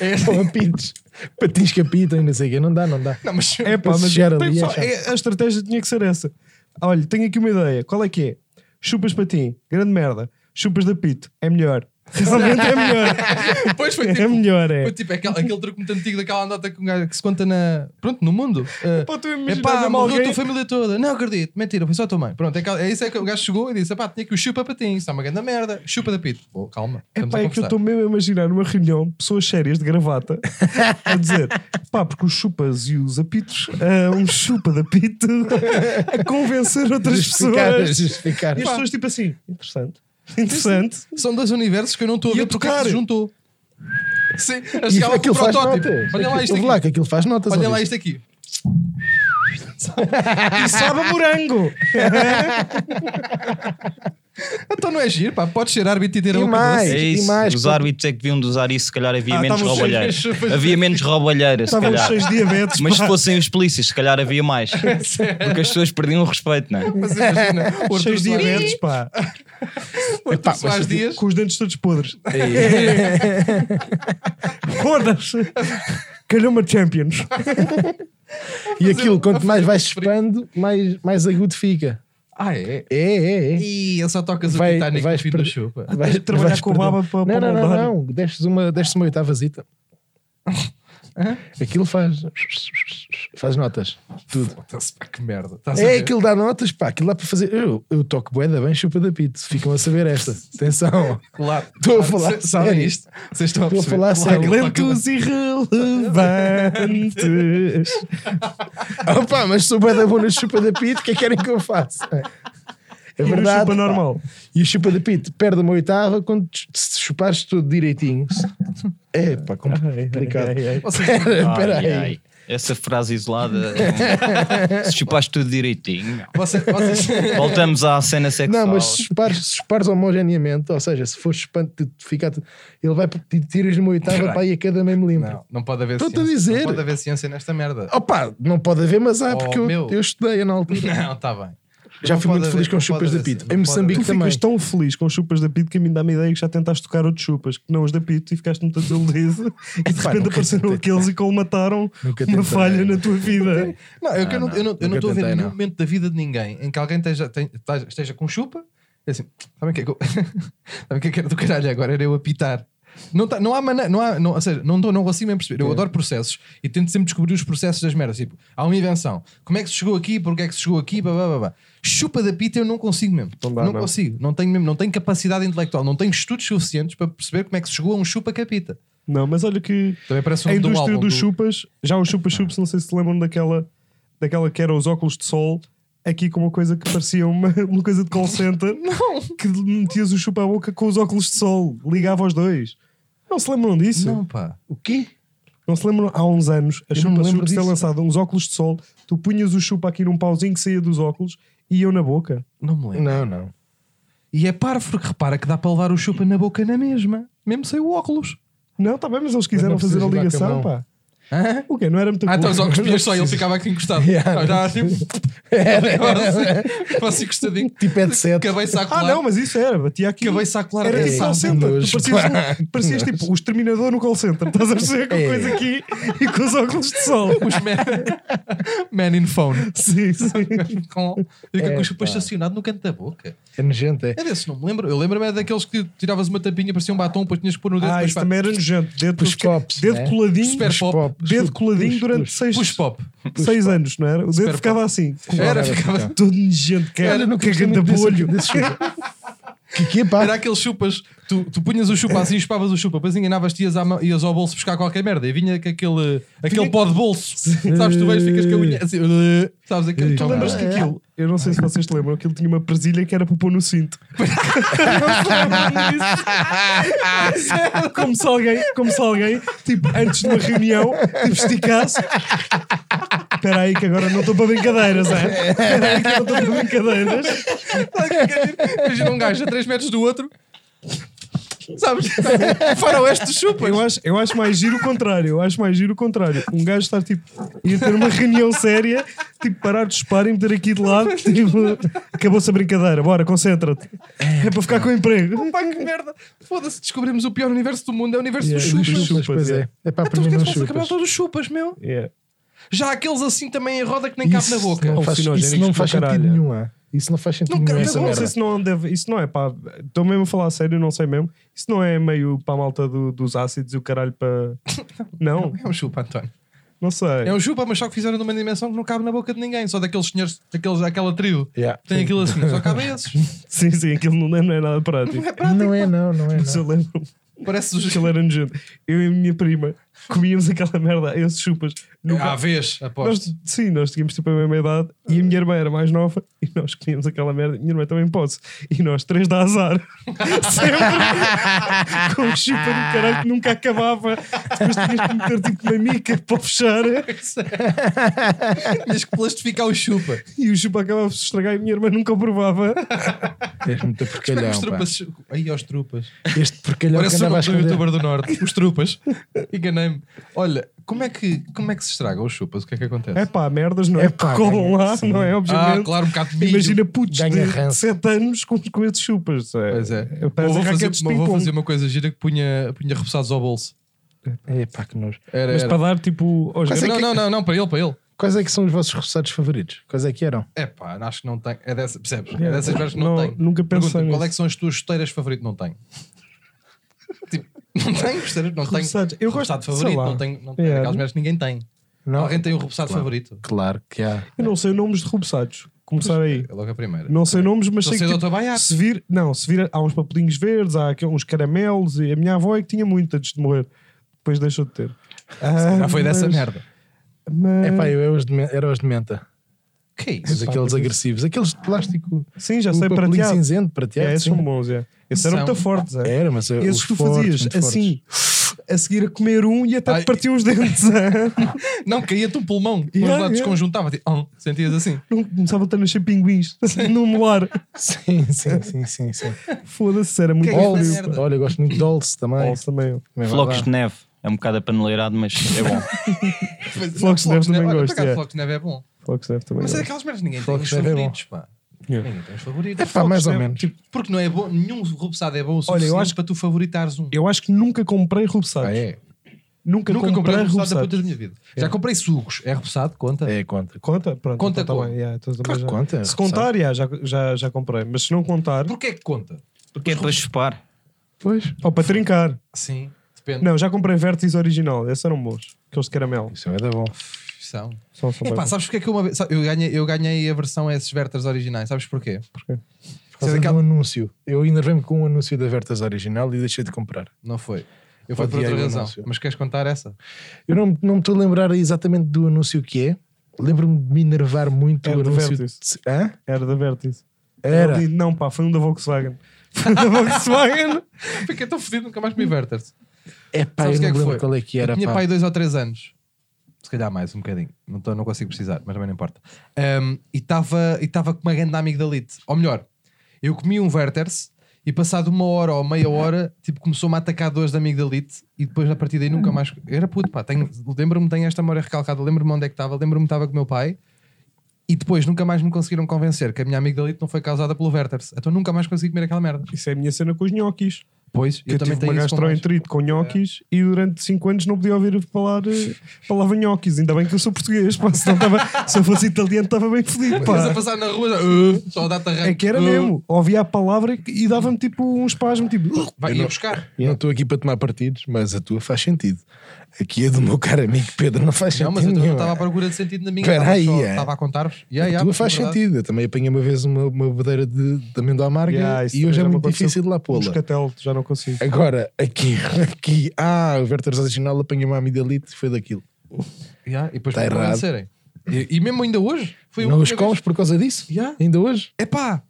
Speaker 1: É assim.
Speaker 3: Com apitos. Patins que apitam e não sei o quê. Não dá, não dá.
Speaker 1: Não, mas-
Speaker 2: É pá,
Speaker 3: Esse
Speaker 2: mas
Speaker 3: cheiro
Speaker 2: tem
Speaker 3: ali é
Speaker 2: só-
Speaker 3: chato.
Speaker 2: é- a estratégia tinha que ser essa. Olha, tenho aqui uma ideia. Qual é que é? Chupas para ti, grande merda. Chupas da pito, é melhor. Realmente é melhor.
Speaker 1: Depois foi
Speaker 2: É
Speaker 1: tipo,
Speaker 2: melhor, é.
Speaker 1: foi tipo aquele, aquele truque muito antigo daquela andota que, um gajo- que se conta na, pronto, no mundo. Ah,
Speaker 2: Pá, tu
Speaker 1: É
Speaker 2: imaginas
Speaker 1: pá,
Speaker 2: mesmo
Speaker 1: morreu a
Speaker 2: alguém-
Speaker 1: tua família toda. Não acredito, mentira, foi só a tua mãe. Pronto, é, que- é isso é que o gajo chegou e disse: pá, tinha que o chupa para ti, isto é uma grande merda. Chupa da pito. Bom, calma,
Speaker 2: É
Speaker 1: estamos
Speaker 2: pá,
Speaker 1: a
Speaker 2: é que eu
Speaker 1: conversar.
Speaker 2: estou mesmo a imaginar uma reunião de pessoas sérias de gravata a dizer pá, porque os chupas e os apitos, ah, um chupa de apito a convencer outras
Speaker 3: Justificar,
Speaker 2: pessoas. E
Speaker 3: justificar.
Speaker 2: as pessoas, tipo assim, interessante, interessante.
Speaker 1: São dois universos que eu não estou a
Speaker 2: E
Speaker 1: ver
Speaker 2: a
Speaker 1: porque é que
Speaker 2: tocar.
Speaker 1: se juntou. Sim, a
Speaker 3: E
Speaker 1: chegar ao
Speaker 3: aquilo faz
Speaker 1: protótipo.
Speaker 3: notas.
Speaker 1: Olha lá isto
Speaker 3: Ouve lá
Speaker 1: aqui.
Speaker 3: que aquilo faz notas.
Speaker 1: Olha lá isto
Speaker 3: ouviste?
Speaker 1: aqui.
Speaker 2: E sabe a morango.
Speaker 1: Então não é giro, pá, podes ser árbitro e ter a
Speaker 3: E
Speaker 1: boca
Speaker 3: mais.
Speaker 1: doce.
Speaker 4: É isso.
Speaker 3: mais,
Speaker 4: Os
Speaker 3: pô.
Speaker 4: árbitros é que deviam de usar isso, se calhar havia
Speaker 2: Ah,
Speaker 4: menos
Speaker 2: estavam
Speaker 4: roubalheira.
Speaker 1: cheios- cheios-
Speaker 4: Havia menos roubalheira, se
Speaker 2: Estavam
Speaker 4: calhar.
Speaker 2: cheios de diabetes.
Speaker 4: Mas se
Speaker 2: pá.
Speaker 4: fossem os polícias, se calhar havia mais. Porque as pessoas perdiam o respeito, não é?
Speaker 1: Mas imagina, o Arthur
Speaker 2: Cheios de
Speaker 1: Soares-
Speaker 2: diabetes, pá.
Speaker 1: o Arthur Soares
Speaker 3: tipo-
Speaker 1: Dias.
Speaker 2: Com os dentes todos podres.
Speaker 3: É.
Speaker 2: Foda-se. Calhuma Champions.
Speaker 3: É E aquilo,
Speaker 1: um
Speaker 3: quanto mais vais chupando, mais, mais agudo fica.
Speaker 1: Ah, é?
Speaker 3: É, é, é.
Speaker 1: E ele só tocas o
Speaker 3: Vai-
Speaker 1: Titanic no
Speaker 3: vais
Speaker 1: fim do
Speaker 3: perder-
Speaker 1: chupa.
Speaker 3: Vais,
Speaker 2: trabalhar com o
Speaker 3: perder. um-
Speaker 2: baba para-
Speaker 3: Não,
Speaker 2: para
Speaker 3: não,
Speaker 2: moldar.
Speaker 3: não, não. Destes uma, destes uma oitava zita. Aquilo faz. Faz notas. Tudo.
Speaker 1: Puta-se, pá, que merda. Estás a
Speaker 3: É,
Speaker 1: ver?
Speaker 3: aquilo dá notas, pá. Aquilo dá para fazer. Eu, eu toco boeda bem, chupa da pito. Ficam a saber esta. Atenção.
Speaker 1: Claro.
Speaker 3: Estou a
Speaker 1: Claro,
Speaker 3: falar
Speaker 1: cê- Sabem
Speaker 3: sério.
Speaker 1: isto? Vocês estão a
Speaker 3: Estou a
Speaker 1: perceber?
Speaker 3: falar
Speaker 1: Claro,
Speaker 3: sério.
Speaker 1: claro que-
Speaker 2: Lentos irrelevantes.
Speaker 3: Opa, mas sou boeda bom no chupa da pito, o que é que querem que eu faça? É
Speaker 2: E no
Speaker 3: verdade.
Speaker 2: chupa
Speaker 3: pá.
Speaker 2: normal.
Speaker 3: E o chupa da pito perde uma oitava quando ch- se chupares tudo direitinho. É, pá, complicado.
Speaker 2: Ai, ai, ai.
Speaker 3: Espera, espera
Speaker 4: Ai,
Speaker 3: aí.
Speaker 4: ai. Essa frase isolada. se chupaste tudo direitinho.
Speaker 1: Você- vocês-
Speaker 4: Voltamos à cena sexual.
Speaker 3: Não, mas se chupares, se chupares homogeneamente, ou seja, se fores chupando, tu- tu ficar, tu- ele vai te tiras uma oitava para aí a cada meio milímetro.
Speaker 1: Não, não pode haver
Speaker 3: Estou-te
Speaker 1: ciência.
Speaker 3: a dizer.
Speaker 1: Não pode haver ciência nesta merda.
Speaker 3: Opa, não pode haver, mas há,
Speaker 1: Oh,
Speaker 3: porque eu,
Speaker 1: meu.
Speaker 3: eu estudei na altura.
Speaker 1: Não, está bem.
Speaker 3: Oh. Já
Speaker 1: Não
Speaker 3: fui
Speaker 1: pode
Speaker 3: muito feliz
Speaker 1: haver-
Speaker 3: com
Speaker 1: não
Speaker 3: os chupas
Speaker 1: pode
Speaker 3: da
Speaker 1: haver
Speaker 3: Pito.
Speaker 1: ciência,
Speaker 3: Em
Speaker 1: não pode
Speaker 3: Moçambique
Speaker 2: Tu
Speaker 3: também.
Speaker 2: ficas tão feliz com os chupas da Pito que a mim dá-me a ideia que já tentaste tocar outros chupas, que não os da Pito, e ficaste muito desiludido. E de
Speaker 3: Pá,
Speaker 2: repente
Speaker 3: nunca
Speaker 2: apareceram
Speaker 3: tentei.
Speaker 2: aqueles e colmataram
Speaker 3: Nunca
Speaker 2: uma
Speaker 3: tentei.
Speaker 2: falha na tua vida.
Speaker 1: Não, eu que eu Ah, não- eu não eu não
Speaker 3: Nunca
Speaker 1: estou a ver
Speaker 3: tentei,
Speaker 1: nenhum
Speaker 3: não.
Speaker 1: momento da vida de ninguém em que alguém esteja, tem- esteja- esteja com chupa e assim, sabem o que é que eu. sabem o que é que era do caralho agora? Era eu apitar. Não, tá- não há maneira, não há, não, ou seja, não, dou- não consigo mesmo perceber. Eu adoro processos e tento sempre descobrir os processos das merdas. Tipo, há uma invenção, como é que se chegou aqui, porque é que se chegou aqui, blá, blá, blá, blá. Chupa da pita eu não consigo mesmo.
Speaker 2: Não dá, não.
Speaker 1: consigo, Então não é? tenho mesmo, não tenho capacidade intelectual, não tenho estudos suficientes para perceber como é que se chegou a um chupa capita.
Speaker 2: Não, mas olha que
Speaker 1: Também parece um
Speaker 2: a
Speaker 1: nome de um
Speaker 2: indústria
Speaker 1: álbum
Speaker 2: dos
Speaker 1: do-
Speaker 2: chupas, já os chupas chups, não sei se se lembram daquela, daquela que era os óculos de sol, aqui com uma coisa que parecia uma, uma coisa de call center, não. que metias o chupa à boca com os óculos de sol, ligava aos dois. Não se lembram disso?
Speaker 1: Não, pá.
Speaker 3: O quê?
Speaker 2: Não se lembram? Há uns anos, a
Speaker 3: Eu não me
Speaker 2: Chupa
Speaker 3: lembro
Speaker 2: Chups ter
Speaker 3: disso.
Speaker 2: lançado uns óculos de sol, tu punhas o chupa aqui num pauzinho que saía dos óculos e eu na boca.
Speaker 1: Não me lembro.
Speaker 3: Não, não.
Speaker 1: E é parvo, porque repara que dá para levar o chupa na boca na mesma, mesmo sem o óculos.
Speaker 2: Não, tá bem, mas eles quiseram
Speaker 3: não
Speaker 2: fazer a
Speaker 3: precisas ir lá
Speaker 2: ligação,
Speaker 3: com a mão.
Speaker 2: pá.
Speaker 3: Hã?
Speaker 2: O quê? Não era muito
Speaker 1: Ah, então
Speaker 2: cool?
Speaker 1: só cuspias só, ele ficava aqui encostado.
Speaker 3: Yeah.
Speaker 1: Ah, já, tipo, ficava
Speaker 3: Era.
Speaker 1: assim, ficava assim encostadinho.
Speaker 3: Tipo headset.
Speaker 1: Cabeça a
Speaker 2: Ah,
Speaker 1: colar.
Speaker 2: não, mas isso era. Batia aqui.
Speaker 1: Cabeça a colar.
Speaker 2: Era
Speaker 1: a
Speaker 2: tipo
Speaker 1: cabeça.
Speaker 2: call center.
Speaker 3: nojo,
Speaker 2: Tu parecias,
Speaker 3: pá.
Speaker 2: parecias tipo o exterminador no call center. Estás a perceber com a
Speaker 3: É.
Speaker 2: coisa aqui e com os óculos de sol.
Speaker 1: Os man, man in phone.
Speaker 2: Sim, sim.
Speaker 1: Com, fica com
Speaker 3: É,
Speaker 1: o chupa
Speaker 3: pá.
Speaker 1: estacionado no canto da boca.
Speaker 3: É nojento, é.
Speaker 1: É desse, não me lembro. Eu lembro-me é daqueles que tiravas uma tampinha, parecia um batom, depois tinhas que pôr no dedo.
Speaker 2: Ah,
Speaker 1: depois
Speaker 2: isto
Speaker 1: pá,
Speaker 2: também era nojento. Dedo,
Speaker 3: Push pops,
Speaker 2: dedo
Speaker 3: né?
Speaker 2: coladinho.
Speaker 1: Super
Speaker 3: Push
Speaker 1: pop.
Speaker 3: pop.
Speaker 2: Dedo coladinho
Speaker 3: Push,
Speaker 2: durante
Speaker 3: push.
Speaker 2: seis,
Speaker 1: Push pop.
Speaker 2: seis anos, não era? O dedo
Speaker 1: Super
Speaker 2: ficava assim.
Speaker 1: Era,
Speaker 3: Era,
Speaker 1: ficava-
Speaker 2: Todo nojento, cara.
Speaker 3: Era no
Speaker 2: que grande
Speaker 3: cagando da bolho.
Speaker 1: tipo,
Speaker 2: bolho.
Speaker 3: Que que é, pá?
Speaker 1: Era aqueles chupas, tu, tu punhas o chupa assim, chupavas o chupa, depois enganavas-te ias, à mão- ias ao bolso buscar qualquer merda e vinha com aquele, aquele pó de bolso. sabes, tu vês, ficas com a unha assim, sabes aquele.
Speaker 2: Tu lembras que aquilo, eu não sei se vocês te lembram, aquilo tinha uma presilha que era para pôr no cinto. Não se lembram disso? como se alguém, como se alguém, tipo, antes de uma reunião, tipo, esticasse. Espera aí, que agora não estou para brincadeiras, é? Espera aí, que eu não estou para brincadeiras.
Speaker 1: Imagina um gajo a 3 metros do outro. Sabes? Faroeste de chupas.
Speaker 2: Eu acho, eu acho mais giro o contrário. Eu acho mais giro o contrário. Um gajo estar tipo, ia ter uma reunião séria, tipo, parar de chupar e meter aqui de lado, tipo, acabou-se a brincadeira, bora, concentra-te. É para ficar com emprego.
Speaker 1: Pá, que merda. Foda-se, descobrimos o pior universo do mundo, é o universo
Speaker 2: Yeah,
Speaker 1: dos
Speaker 3: Dos
Speaker 1: chupas.
Speaker 2: dos
Speaker 3: chupas, pois é.
Speaker 2: yeah.
Speaker 3: É pá, para
Speaker 1: Então os
Speaker 3: mim
Speaker 1: dedos
Speaker 3: não
Speaker 1: vão-se acabar
Speaker 3: chupas.
Speaker 1: todos chupas, meu.
Speaker 3: É.
Speaker 2: Yeah.
Speaker 1: Já há aqueles assim também em roda que nem cabe na boca.
Speaker 3: Não faz, isso não
Speaker 2: Alucinogénicos
Speaker 3: faz
Speaker 2: para
Speaker 3: sentido
Speaker 2: caralho.
Speaker 3: nenhum, ah. Isso não faz sentido
Speaker 1: Nunca-
Speaker 3: nenhum,
Speaker 1: nunca
Speaker 3: essa
Speaker 2: Não
Speaker 3: merda.
Speaker 2: sei se não deve. Isso não é pá. Estou mesmo a falar a sério, não sei mesmo. Isso não é meio para a malta do- dos ácidos e o caralho para. Não,
Speaker 1: É um chupa, António.
Speaker 2: não sei.
Speaker 1: É um chupa, mas só que fizeram numa dimensão que não cabe na boca de ninguém, só daqueles senhores, daqueles, daquela tribo.
Speaker 3: Yeah.
Speaker 1: Tem aquilo assim, só cabem esses.
Speaker 2: Sim, sim, aquilo não é, não é nada prático.
Speaker 3: Não é, não,
Speaker 1: então.
Speaker 3: não é.
Speaker 2: Mas
Speaker 3: Não.
Speaker 2: eu lembro-me
Speaker 1: Parece os.
Speaker 2: que ele era nojento. Eu e a minha prima comíamos aquela merda, esses chupas. no
Speaker 1: À
Speaker 2: carro.
Speaker 1: vez, aposto.
Speaker 2: Nós, sim, nós tínhamos tipo a mesma idade e a minha irmã era mais nova e nós comíamos aquela merda. Minha irmã também pode. E nós três da azar. Sempre com um chupa do caralho que nunca acabava. Depois tinhas que meter tipo uma mica para fechar
Speaker 1: Tens que plastificar o chupa.
Speaker 2: e o chupa acabava de se estragar e a minha irmã nunca o provava.
Speaker 3: És
Speaker 1: Espera que
Speaker 3: muito
Speaker 1: os
Speaker 3: porcalhão, pá.
Speaker 1: trupas. Aí, aos trupas.
Speaker 3: Este porcalhão que
Speaker 1: Parece o
Speaker 3: andava
Speaker 1: nome
Speaker 3: a
Speaker 1: do
Speaker 3: esconder.
Speaker 1: youtuber do Norte. Os trupas. Enganei-me. Olha, como é, que, como é que se estragam os chupas? O que é que acontece?
Speaker 2: É pá, merdas, não é?
Speaker 3: Epá,
Speaker 2: que colam
Speaker 3: ganha-
Speaker 2: lá,
Speaker 3: sim.
Speaker 2: não é? Obviamente.
Speaker 1: ah, claro, um bocado de milho.
Speaker 2: Imagina putos
Speaker 3: Ganha
Speaker 2: de
Speaker 3: ranço.
Speaker 2: 7 anos com, com esses chupas.
Speaker 1: Pois é.
Speaker 2: Eu
Speaker 1: Ou vou, fazer,
Speaker 2: raquetes de
Speaker 1: ou vou
Speaker 2: ping-pong.
Speaker 1: fazer uma coisa gira que punha, punha repousados ao bolso.
Speaker 3: É pá, que nojo.
Speaker 1: Era,
Speaker 2: Mas
Speaker 1: era.
Speaker 2: para dar tipo. aos
Speaker 3: Mas é
Speaker 1: Não,
Speaker 3: que-
Speaker 1: não, não, não, para ele, para ele.
Speaker 3: Quais é que são os vossos repousados favoritos? Quais é que eram?
Speaker 1: É pá, acho que não tem. É dessa, percebes? É
Speaker 2: É,
Speaker 1: dessas merdas que não,
Speaker 2: não,
Speaker 1: tem.
Speaker 2: nunca pensei
Speaker 1: Pergunta, Qual
Speaker 2: nisso.
Speaker 1: é que são as tuas chuteiras favoritas? Não tenho. tipo, não tenho chuteiras, não tenho.
Speaker 2: Repousados. Eu gosto-
Speaker 1: repousado
Speaker 2: sei
Speaker 1: favorito,
Speaker 2: lá.
Speaker 1: não tenho. Não tenho
Speaker 2: É.
Speaker 1: Aquelas merdas que ninguém tem.
Speaker 3: Não?
Speaker 1: Alguém tem um repousado favorito?
Speaker 3: Claro que há.
Speaker 2: Eu não sei nomes de repousados. Começar aí.
Speaker 1: É logo a primeira.
Speaker 2: Não sei nomes, mas
Speaker 1: Só
Speaker 2: sei que
Speaker 1: sei do
Speaker 2: tipo,
Speaker 1: Otabaiá.
Speaker 2: se vir, não, se vir, há uns papelinhos verdes, há aqui uns caramelos. E a minha avó é que tinha muito antes de morrer. Depois deixou de ter. Ah,
Speaker 1: Já foi dessa
Speaker 2: mas-
Speaker 1: merda.
Speaker 2: mas-
Speaker 3: É pá, eu era os de, men- era os de menta.
Speaker 1: Que é isso?
Speaker 3: Os aqueles agressivos. Aqueles de plástico.
Speaker 2: Sim, já
Speaker 3: o
Speaker 2: sei
Speaker 3: papelinho
Speaker 2: prateado.
Speaker 3: cinzento, prateado.
Speaker 2: É, esses
Speaker 3: sim.
Speaker 2: são bons, é. Esses eram
Speaker 1: São.
Speaker 2: muito fortes, é.
Speaker 3: Era, mas
Speaker 2: Esses
Speaker 3: os
Speaker 2: tu
Speaker 3: fortes,
Speaker 2: fazias
Speaker 3: muito
Speaker 2: assim, a seguir a comer um e até
Speaker 1: Ai.
Speaker 2: te partiam os dentes. é.
Speaker 1: Não, caía-te um pulmão. Quando
Speaker 2: Yeah,
Speaker 1: lá
Speaker 2: yeah.
Speaker 1: desconjuntava, tipo, "Ah", sentias assim.
Speaker 2: Não começava a ter nascer pinguins assim, no molar.
Speaker 3: fortes. Sim, sim, sim, sim. sim.
Speaker 2: Foda-se, era muito
Speaker 1: Que é que
Speaker 2: frio.
Speaker 1: essa
Speaker 3: Dolce,
Speaker 1: merda?
Speaker 3: olha, eu gosto muito de Dolce também.
Speaker 2: Bolsa também.
Speaker 3: Também vai
Speaker 4: Flocos
Speaker 3: lá.
Speaker 4: de neve. É um bocado apaneleirado, mas é bom.
Speaker 1: Mas,
Speaker 2: Flocos de
Speaker 1: não,
Speaker 2: neve também
Speaker 1: olha, por
Speaker 2: gosto,
Speaker 1: acaso,
Speaker 2: é.
Speaker 1: Flocos de neve é bom.
Speaker 2: Fox F também.
Speaker 1: Mas é
Speaker 2: gosto.
Speaker 1: daquelas merdas, ninguém tem
Speaker 3: Flocos
Speaker 1: os
Speaker 3: de neve é bom.
Speaker 1: favoritos, pá.
Speaker 2: Yeah.
Speaker 1: Ninguém tem os favoritos.
Speaker 3: É pá, mais ou menos.
Speaker 1: Porque não é bom, nenhum repousado é bom o
Speaker 2: Olha, eu
Speaker 1: suficiente
Speaker 2: acho-
Speaker 1: para tu favoritares um.
Speaker 2: Eu acho que nunca comprei repousados.
Speaker 3: Ah, é?
Speaker 1: Nunca
Speaker 2: Nunca,
Speaker 1: comprei
Speaker 2: comprei,
Speaker 1: um repousado da puta
Speaker 2: repousados.
Speaker 1: da minha vida. Já comprei sucos. É repousado? Conta.
Speaker 3: É, conta.
Speaker 2: Conta? Pronto,
Speaker 1: Conta
Speaker 2: então tá
Speaker 1: com-
Speaker 2: bem, yeah, então também
Speaker 3: Claro que
Speaker 2: já-
Speaker 3: conta,
Speaker 2: Se contar, yeah, já, já, já comprei. Mas se não contar,
Speaker 1: Porquê que conta?
Speaker 4: Porque é para chupar.
Speaker 3: Pois.
Speaker 2: ou para trincar.
Speaker 1: Sim, depende.
Speaker 2: Não, já comprei vértice original. Esses eram bons. Aqueles de caramelo.
Speaker 3: Isso é da bom.
Speaker 1: São.
Speaker 2: São, são
Speaker 1: É
Speaker 2: bem
Speaker 1: pá,
Speaker 2: bons.
Speaker 1: sabes porque é que eu uma vez. sabe, Eu ganhei, eu ganhei a versão a esses Verters originais. Sabes porquê?
Speaker 2: Porquê?
Speaker 3: Por
Speaker 1: Sabes
Speaker 3: causa
Speaker 1: aquela-
Speaker 3: de um anúncio. Eu enervei-me com um anúncio da Vertas original e deixei de comprar.
Speaker 1: Não foi. Eu fui por
Speaker 3: Odiei
Speaker 1: outra
Speaker 3: o
Speaker 1: razão.
Speaker 3: anúncio.
Speaker 1: Mas queres contar essa?
Speaker 3: Eu não, não me estou a lembrar exatamente do anúncio que é. Lembro-me de me enervar muito
Speaker 2: Era
Speaker 3: o
Speaker 2: do
Speaker 3: anúncio.
Speaker 2: Vertis.
Speaker 3: de- Hã?
Speaker 2: Era da vértice.
Speaker 3: Era.
Speaker 2: Ele- Não, pá, foi um da Volkswagen. Foi um da Volkswagen.
Speaker 1: Fiquei tão fodido, nunca mais me Verters.
Speaker 3: É pá,
Speaker 1: Sabes o que
Speaker 3: eu não
Speaker 1: é que
Speaker 3: me
Speaker 1: foi?
Speaker 3: lembro qual é que era.
Speaker 1: Tinha
Speaker 3: pá.
Speaker 1: pai dois ou três anos. Se calhar mais, um bocadinho. Não, tô- não consigo precisar, mas também não importa. Ahm, e estava e tava com uma grande amigdalite. Ou melhor, eu comi um Werther's E passado uma hora ou meia hora, tipo, começou-me a atacar dores da amigdalite e depois a partir daí nunca
Speaker 3: Hum.
Speaker 1: mais. Era puto, pá. Tenho... Lembro-me, tenho esta memória recalcada, lembro-me onde é que estava, lembro-me que estava com o meu pai e depois nunca mais me conseguiram convencer que a minha amigdalite não foi causada pelo Verters. Então nunca mais consegui comer aquela merda.
Speaker 2: Isso é a minha cena com os nhoquis.
Speaker 1: Pois,
Speaker 2: Que eu,
Speaker 1: também
Speaker 2: tive
Speaker 1: tenho
Speaker 2: uma
Speaker 1: isso com mais. É.
Speaker 2: gastroenterite com nhoquis e durante 5 anos não podia ouvir falar eh, palavra nhoquis. Ainda bem que eu sou português, pá, senão tava- se eu fosse italiano estava bem fodido,
Speaker 1: Estás a
Speaker 2: pá.
Speaker 1: passar na rua, já, "Uh", só dá-te arranque.
Speaker 2: É que era
Speaker 1: "Uh".
Speaker 2: mesmo. Ouvia a palavra e dava-me tipo um espasmo, tipo... "Uh".
Speaker 1: Vai, ia buscar.
Speaker 3: Eu não estou aqui para tomar partidos, mas a tua faz sentido. Aqui a do meu caro amigo Pedro não faz
Speaker 1: Não,
Speaker 3: sentido.
Speaker 1: mas eu
Speaker 3: nenhum.
Speaker 1: não estava à procura de sentido na minha. estava
Speaker 3: Espera aí,
Speaker 1: só-
Speaker 3: é.
Speaker 1: Estava a contar-vos.
Speaker 3: A
Speaker 1: Yeah, yeah,
Speaker 3: tua
Speaker 1: é
Speaker 3: faz
Speaker 1: verdade.
Speaker 3: sentido. Eu também apanhei uma vez uma, uma bodeira de, de amêndoa amarga
Speaker 2: Yeah, isso
Speaker 3: e hoje
Speaker 2: também
Speaker 3: é
Speaker 2: já me
Speaker 3: muito
Speaker 2: aconteceu
Speaker 3: difícil de lá
Speaker 2: Um
Speaker 3: pô-la.
Speaker 2: escatel, já não consigo.
Speaker 3: Agora, aqui, aqui, ah, o Verters original apanhou uma amidalite, foi daquilo.
Speaker 1: Yeah, e depois
Speaker 3: Tá
Speaker 1: me
Speaker 3: errado.
Speaker 1: convencerem. E, e mesmo ainda hoje, foi
Speaker 3: não os comes por causa disso?
Speaker 1: Yeah.
Speaker 3: Ainda hoje?
Speaker 1: Epá!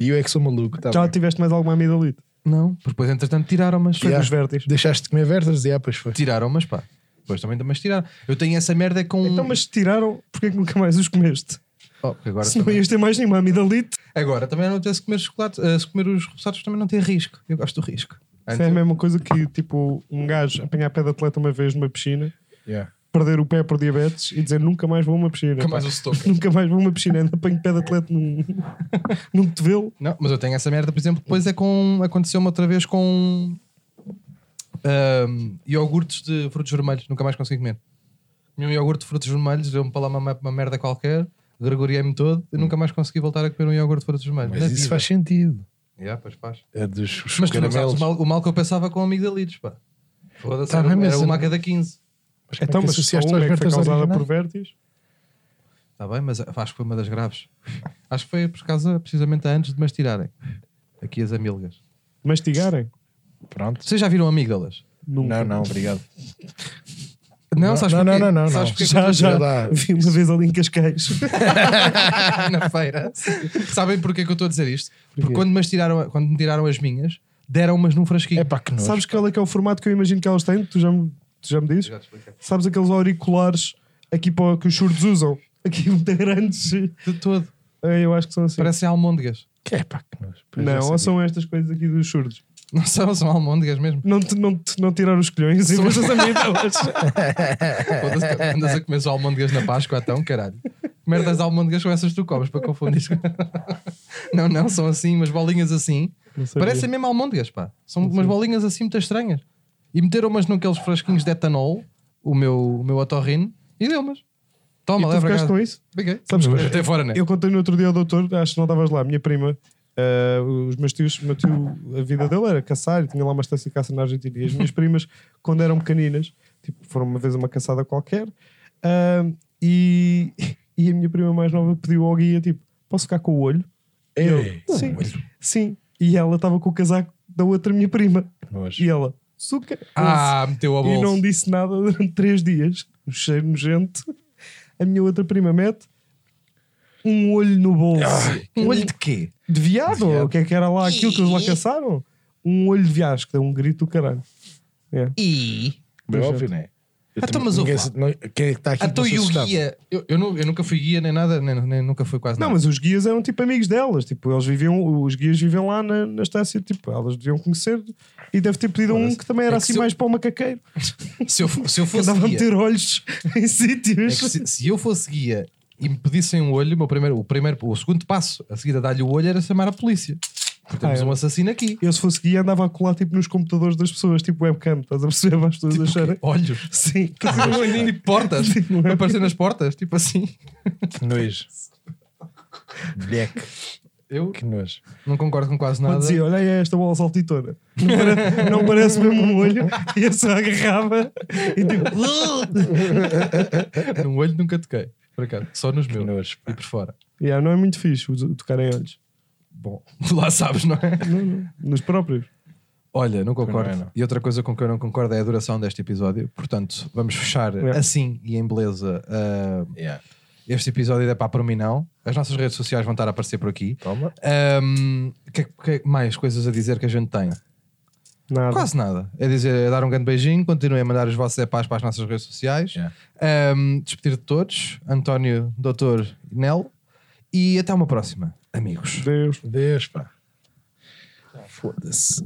Speaker 3: E eu é que sou maluco. Tá
Speaker 2: Já
Speaker 3: bem.
Speaker 2: tiveste mais alguma amidalite?
Speaker 1: Não, porque depois entretanto tiraram, mas.
Speaker 2: Foi
Speaker 3: Yeah.
Speaker 2: dos vértices.
Speaker 3: é, Deixaste de comer Verters e ah, pois foi.
Speaker 1: Tiraram, mas pá. Depois também, mas tiraram. Eu tenho essa merda com.
Speaker 2: Então, mas se tiraram, porque é que nunca mais os comeste?
Speaker 1: Oh, porque agora,
Speaker 2: Se não
Speaker 1: também...
Speaker 2: ias ter mais nenhuma amidalite,
Speaker 1: agora também não ter se comer chocolate, eh, se comer os repousados também não tem risco. Eu gosto do risco.
Speaker 2: isso é a mesma coisa que tipo um gajo apanhar pé de atleta uma vez numa piscina,
Speaker 3: Yeah.
Speaker 2: perder o pé por diabetes e dizer nunca mais vou a uma piscina.
Speaker 1: Nunca
Speaker 2: pá.
Speaker 1: mais o stoker.
Speaker 2: Nunca mais vou a uma piscina, ainda apanho pé de atleta num, num cotovelo.
Speaker 1: Não, mas eu tenho essa merda, por exemplo, depois é com. Aconteceu-me outra vez com. ahm, iogurtes de frutos vermelhos, nunca mais consegui comer. Comi um iogurte de frutos vermelhos, deu-me para lá uma, uma merda qualquer, gregoriei-me todo e nunca mais consegui voltar a comer um iogurte de frutos vermelhos.
Speaker 3: Mas
Speaker 1: Na
Speaker 3: isso
Speaker 1: vida.
Speaker 3: faz sentido.
Speaker 1: Yeah, pois faz.
Speaker 3: É dos os
Speaker 1: Mas tu não sabes
Speaker 3: caramelos.
Speaker 1: o mal, o mal que eu pensava com amigdalitos, pá. Foda-se,
Speaker 3: Tá
Speaker 1: era,
Speaker 3: bem, mas
Speaker 1: era
Speaker 3: eu-
Speaker 1: uma a cada 15.
Speaker 3: Mas como é
Speaker 2: Então,
Speaker 3: que
Speaker 2: mas só
Speaker 3: associaste
Speaker 2: uma
Speaker 3: aos
Speaker 2: é que foi
Speaker 3: Verters
Speaker 2: causada
Speaker 3: originais?
Speaker 2: por vértices.
Speaker 1: Está Tá bem, mas acho que foi uma das graves. Acho que foi por causa, precisamente, antes de me tirarem. Aqui as amílgas.
Speaker 2: Mastigarem?
Speaker 3: Pronto.
Speaker 1: Vocês já viram amígdalas?
Speaker 2: Nunca.
Speaker 3: Não, não, obrigado.
Speaker 1: Não,
Speaker 3: Não,
Speaker 1: sabes
Speaker 3: não,
Speaker 1: porquê?
Speaker 3: não, não, não,
Speaker 1: Sabes
Speaker 3: não.
Speaker 1: porquê que
Speaker 2: Já,
Speaker 1: eu-
Speaker 2: já.
Speaker 3: Lá.
Speaker 2: Vi uma vez ali em Cascais.
Speaker 1: na feira. Sabem porquê que eu estou a dizer isto? Porque
Speaker 2: Porquê?
Speaker 1: quando me, tiraram, quando me tiraram as minhas, deram-mas num frasquinho.
Speaker 3: É pá, que nojo.
Speaker 2: Sabes qual é que é o formato que eu imagino que elas têm? Tu já me, tu já me dizes? Sabes aqueles auriculares aqui para, que os surdos usam? Aqui muito grandes.
Speaker 1: De todo.
Speaker 2: É, Eu acho que são assim.
Speaker 1: Parecem almôndegas.
Speaker 3: É pá, que nojo. Pois já
Speaker 2: não, ou
Speaker 3: sabia.
Speaker 2: são estas coisas aqui dos surdos.
Speaker 1: Não são, são almôndegas mesmo.
Speaker 2: Não, te, não, te, não tirar os colhões e as amêndoas.
Speaker 1: Foda-se, Andas a comer só almôndegas na Páscoa, então, caralho. Merda das almôndegas são essas que tu comes para confundir. Não, não, são assim, umas bolinhas assim.
Speaker 2: Não sabia.
Speaker 1: Parecem mesmo almôndegas, pá. São umas bolinhas assim muito estranhas. E meteram umas naqueles frasquinhos de etanol, o meu, o meu atorrino, e deu-mas. Toma,
Speaker 2: E
Speaker 3: é
Speaker 2: tu
Speaker 1: leva
Speaker 2: ficaste com isso?
Speaker 1: Fiquei.
Speaker 2: Sabes que-
Speaker 1: Até fora, né?
Speaker 2: Eu contei no outro dia ao doutor, acho que não estavas lá, a minha prima, eh, os meus tios, o meu tio, a vida dele era caçar, e tinha lá uma estância de caça na Argentina. E as minhas primas, quando eram pequeninas, tipo, foram uma vez a uma caçada qualquer, ah, e, e a minha prima mais nova pediu ao guia, tipo, posso ficar com o olho?
Speaker 3: É.
Speaker 2: E eu,
Speaker 3: Ei,
Speaker 2: sim, sim. E ela estava com o casaco da outra minha prima.
Speaker 3: nojo.
Speaker 2: E ela, suca.
Speaker 1: Ah, meteu a
Speaker 2: E não
Speaker 1: bolsa.
Speaker 2: disse nada durante três dias. Um cheiro nojento. A minha outra prima mete um olho no bolso. um olho
Speaker 1: Ah, de quê?
Speaker 2: de viado. O que é que era lá aquilo que eles lá caçaram? Um olho de viado, que deu um grito do caralho. É.
Speaker 1: E.
Speaker 3: Bem óbvio, não é? Eu
Speaker 1: Então,
Speaker 3: também-
Speaker 1: mas
Speaker 3: ninguém
Speaker 1: ouve
Speaker 3: se- não- Quem é que está aqui?
Speaker 1: A
Speaker 3: não
Speaker 1: tua
Speaker 3: se
Speaker 1: e o
Speaker 3: assustava?
Speaker 1: guia. então Eu, eu, nu- eu nunca fui guia nem nada, nem, nem- nunca fui quase
Speaker 2: Não,
Speaker 1: nada.
Speaker 2: mas os guias eram tipo amigos delas. Tipo, eles viviam, os guias viviam lá na, na estância. Tipo, elas deviam conhecer. E deve ter pedido a um que também era
Speaker 1: É que
Speaker 2: assim
Speaker 1: se eu-
Speaker 2: mais para o macaqueiro.
Speaker 1: Se eu, fo- se eu
Speaker 2: Que
Speaker 1: fosse
Speaker 2: andava a
Speaker 1: guia,
Speaker 2: meter olhos em
Speaker 1: é que
Speaker 2: sítios.
Speaker 1: se, se eu fosse guia e me pedissem um olho, o meu primeiro, o primeiro, o segundo passo a seguir a dar-lhe o olho era chamar a polícia. Porque Temos
Speaker 2: Ah, é.
Speaker 1: um assassino aqui.
Speaker 2: Eu, se fosse guia, andava a colar tipo nos computadores das pessoas, tipo webcam. Estás a perceber? Para as pessoas
Speaker 1: Tipo
Speaker 2: acharem.
Speaker 1: Olhos.
Speaker 2: Sim.
Speaker 1: e é portas.
Speaker 2: é.
Speaker 1: Vai aparecer nas portas, tipo assim.
Speaker 3: Que nojo. Bleque,
Speaker 1: Eu
Speaker 3: que nojo.
Speaker 1: não concordo com quase nada.
Speaker 2: Quando dizia, olha aí esta bola saltitona. Não, pare- não parece mesmo um olho. E eu só agarrava e tipo...
Speaker 1: Num olho nunca toquei. Por acaso, só nos meus.
Speaker 3: nojo, pá.
Speaker 1: e por fora.
Speaker 2: yeah, não é muito fixe o tocar em olhos.
Speaker 1: Bom, lá sabes, não é?
Speaker 2: Não, não. Nos próprios.
Speaker 1: Olha, não concordo.
Speaker 3: Não é, não.
Speaker 1: E outra coisa com que eu não concordo é a duração deste episódio. Portanto, vamos fechar
Speaker 2: É.
Speaker 1: assim e em beleza ah,
Speaker 3: Yeah.
Speaker 1: este episódio é para por mim não. As nossas redes sociais vão estar a aparecer por aqui.
Speaker 3: Toma.
Speaker 1: Ahm, que, que é mais coisas a dizer que a gente tem?
Speaker 2: Nada.
Speaker 1: Quase nada. É dizer, é dar um grande beijinho, continuem a mandar os vossos epás para as nossas redes sociais.
Speaker 3: Yeah.
Speaker 1: Ahm, despedir de todos, António, Doutor Nel, e até uma próxima, amigos.
Speaker 2: Deus.
Speaker 3: Deus, pá. Foda-se.